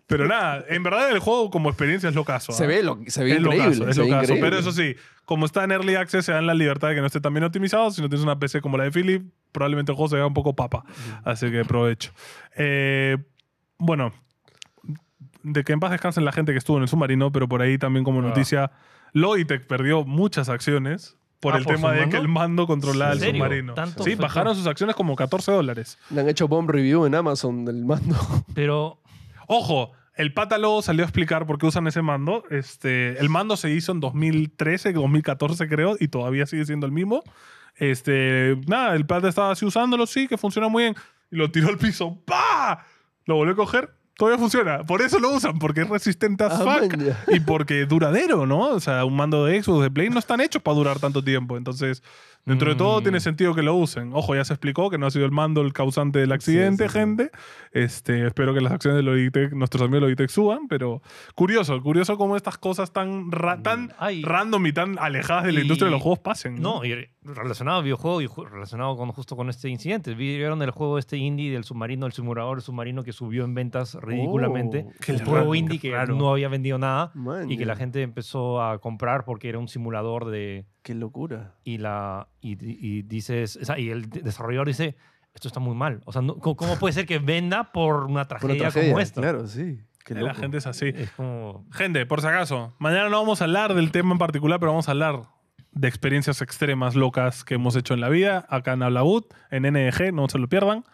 Pero nada, en verdad el juego como experiencia es locazo. Se ¿ah? ve, lo, se ve Es increíble. locazo, es se ve locazo. increíble. Pero eso sí, como está en Early Access, se dan la libertad de que no esté tan bien optimizado. Si no tienes una PC como la de Philip, probablemente el juego se vea un poco papa. Así que provecho. Eh, bueno, de que en paz descansen la gente que estuvo en el submarino, pero por ahí también como Ah. noticia, Logitech perdió muchas acciones. Por Ah, el ¿por tema su de mando? que el mando controlaba ¿En el serio? submarino. ¿Tanto Sí, afectó? bajaron sus acciones como 14 dólares. Le han hecho bomb review en Amazon del mando. Pero Ojo, el pata luego salió a explicar por qué usan ese mando. Este, el mando se hizo en 2013, 2014 creo, y todavía sigue siendo el mismo. Este, nada, el pata estaba así usándolo, sí, que funciona muy bien. Y lo tiró al piso, ¡pa! Lo volvió a coger, todavía funciona. Por eso lo usan, porque es resistente as Ah, fuck. man, ya. Y porque duradero, ¿no? O sea, un mando de Xbox, de Play, no están hechos para durar tanto tiempo. Entonces, dentro de todo, Mm. tiene sentido que lo usen. Ojo, ya se explicó que no ha sido el mando el causante del accidente, sí, sí. gente. Este, espero que las acciones de Logitech, nuestros amigos de Logitech suban, pero curioso, curioso cómo estas cosas tan, ra- tan Ay. random y tan alejadas de la Mm. Y- industria de los juegos pasen. no, y re- relacionado a videojuegos y ju- relacionado con, justo con este incidente. Vieron el juego este indie del submarino, el simulador submarino que subió en ventas ridículamente. Oh, Qué un raro, juego qué indie que raro. no había vendido nada man, y que ya. la gente empezó a comprar porque era un simulador de, Qué locura. y la y, y dices o sea, y el de- desarrollador dice esto está muy mal o sea no- ¿cómo, cómo puede ser que venda por una Por una tragedia, tragedia, como esta Claro, sí. Qué la loco. gente es así. es como Gente, por si acaso, mañana no vamos a hablar del tema en particular, pero vamos a hablar de experiencias extremas locas que hemos hecho en la vida, acá en Hablagut, en NDG, no se lo pierdan.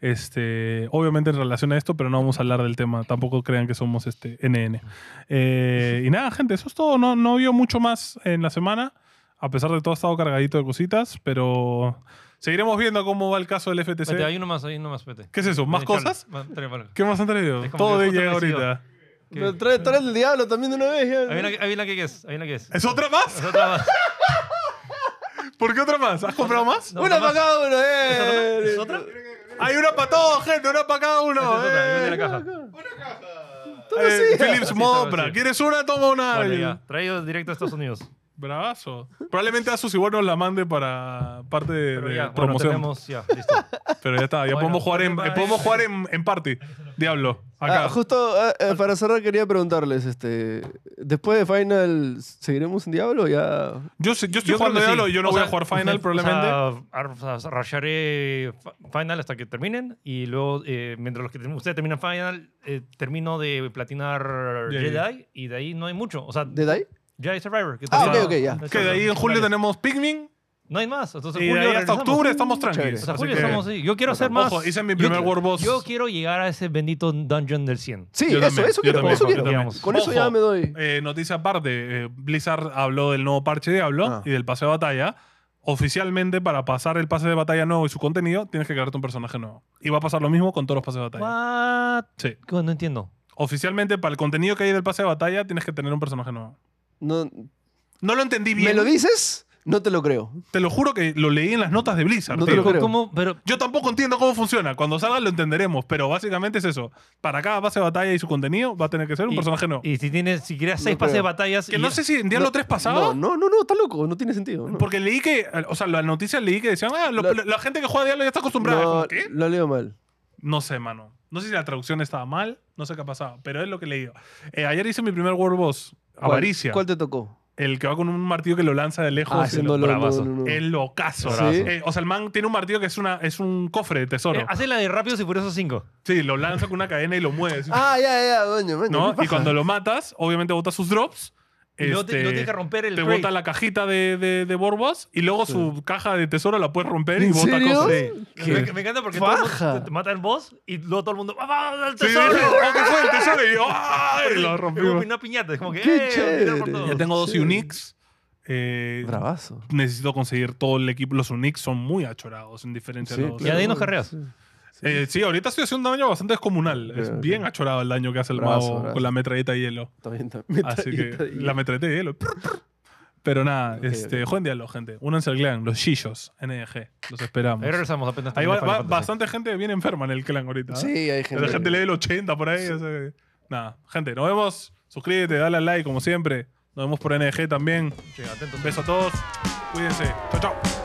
Este, obviamente en relación a esto, pero no vamos a hablar del tema. Tampoco crean que somos este NN. Eh, y nada, gente, eso es todo. No, no vio mucho más en la semana. A pesar de todo, ha estado cargadito de cositas, pero seguiremos viendo cómo va el caso del Vete, hay FTC. uno más hay uno más vete ¿Qué es eso? ¿Más cosas? había ¿Qué más han traído? Es como Todo que de justo ella me decidió. ahorita. Pero trae, trae el diablo también de una vez. ya. una, que- hay una que es hay una que es ¿Es otra más? Es otra más. ¿Por qué otra más? ¿Has comprado más? No, una otra para más. cada uno, Ah, eh. ¿Es otra? Hay una para todos, gente, una para cada uno. Esa es otra, eh. viene de la caja. Tú Eh, decías. Philips Así modo estaba, Opera. sí. ¿Quieres una? Toma una. Bueno, ya, traído directo a Estados Unidos. Bravazo. Probablemente Asus igual nos la mande para parte de, Pero de ya, bueno, promoción. tenemos, ya, listo. Pero ya está, ya Bueno, podemos jugar en, problema eh, podemos es- jugar en, en party. Diablo, acá. Ah, justo ah, eh, para cerrar quería preguntarles, este, después de Final, ¿seguiremos en Diablo? Ya. yo, sé- yo estoy Pues Yo creo jugando que sí. Diablo y yo no (laughs) O voy sea, a jugar Final o sea, probablemente. ar- O sea, rasharé fa- Final hasta que terminen y luego, eh, mientras los que term- ustedes terminan Final, eh, termino de platinar Ya, Jedi ya. y de ahí no hay mucho. O sea, ¿De Dai? Jedi Survivor. Que Ah, ok, termina- ok, ya. Entonces, que de ahí en los julio finales. tenemos Pikmin No hay más. Entonces, y de julio ahí hasta regresamos. octubre estamos tranquilos. Chévere. O sea, así julio que- estamos así. Yo quiero hacer más. Ojo, hice mi yo primer quiero- World Boss. Yo quiero llegar a ese bendito dungeon del 100. Sí, Yo eso, también, eso yo quiero, también, eso yo quiero. también. Con eso ya Ojo. me doy. Eh, noticia aparte, eh, Blizzard habló del nuevo parche Diablo Ah. y del pase de batalla. Oficialmente, para pasar el pase de batalla nuevo y su contenido, tienes que crearte un personaje nuevo. Y va a pasar lo mismo con todos los pases de batalla. What? Sí. ¿Cómo? No entiendo. Oficialmente, para el contenido que hay del pase de batalla, tienes que tener un personaje nuevo. No, No lo entendí bien. ¿Me lo dices? No te lo creo. Te lo juro que lo leí en las notas de Blizzard. No te tío. lo creo. ¿Cómo? Pero Yo tampoco entiendo cómo funciona. Cuando salga lo entenderemos, pero básicamente es eso. Para cada pase de batalla y su contenido, va a tener que ser un Y- personaje nuevo. Y si tienes, si creas seis No pases de creo. batallas. que y- no sé si en Diablo No, 3 pasaba. No, no, no, no, está loco, no tiene sentido. no. Porque leí que, o sea, la noticia leí que decían, ah, lo- La- la, gente que juega Diablo ya está acostumbrada. No, Como, ¿Qué? lo leo mal. No sé, mano. No sé si la traducción estaba mal, no sé qué ha pasado, pero es lo que he leído. Eh, ayer hice mi primer World Boss, ¿Cuál- Avaricia, ¿Cuál (laughs) te tocó? el que va con un martillo que lo lanza de lejos. Ah, y ese lo- no lo- no, bravazo. no, no. El locazo. ¿Sí? Eh, o sea, el man tiene un martillo que es, una, es un cofre de tesoro. Eh, hace la de Rápidos y Furiosos 5. Sí, lo lanza con una cadena y lo mueve. así, Ah, ya, ya, ya, doña, doña, ¿no? Ah, qué paja. Y cuando lo matas, obviamente botas sus drops Y luego te- este, luego tienes que romper el te crate. bota la cajita de, de, de Borbos y luego su caja de tesoro la puedes romper y ¿En bota serio? cosas. Sí. Me- Me, me encanta porque todo el mundo Faja. te- te mata el boss y luego todo el mundo ¡Ah, ¡Vamos al Sí, sí, tesoro! sí. Oh, ¿qué fue el tesoro? Y yo, ¡ay! Lo Es rompimos. como Una piñata, es como que ¡Qué ¡eh! tira por chévere! todos. Ya tengo dos Sí. Unix. Eh, Bravazo. necesito conseguir todo el equipo. Los Unix son muy achorados, en diferencia de los. claro. Y de ahí nos carreas. Sí. Sí. Eh, sí, ahorita estoy haciendo un daño bastante descomunal. Ok, es ok. bien achorado el daño que hace el Bravazo, mago bravazo. con la metralleta de (laughs) hielo. Está bien, está bien. Así que Está bien. la metralleta de hielo. Prr, prr. Pero nada, Ok, este, ok. jueguen diálogo, gente. Únanse al clan, los chillos, NEG. Los esperamos. Ahí regresamos apenas. Ahí va, va- termine Final Fantasy. bastante gente bien enferma en el clan ahorita. ¿eh? Sí, hay La gente. gente lee el 80 por ahí. o sea, nada, gente, nos vemos. Suscríbete, dale al like como siempre. Nos vemos por NG también. Sí, atentos. Un beso a todos. Cuídense. Chao, chao.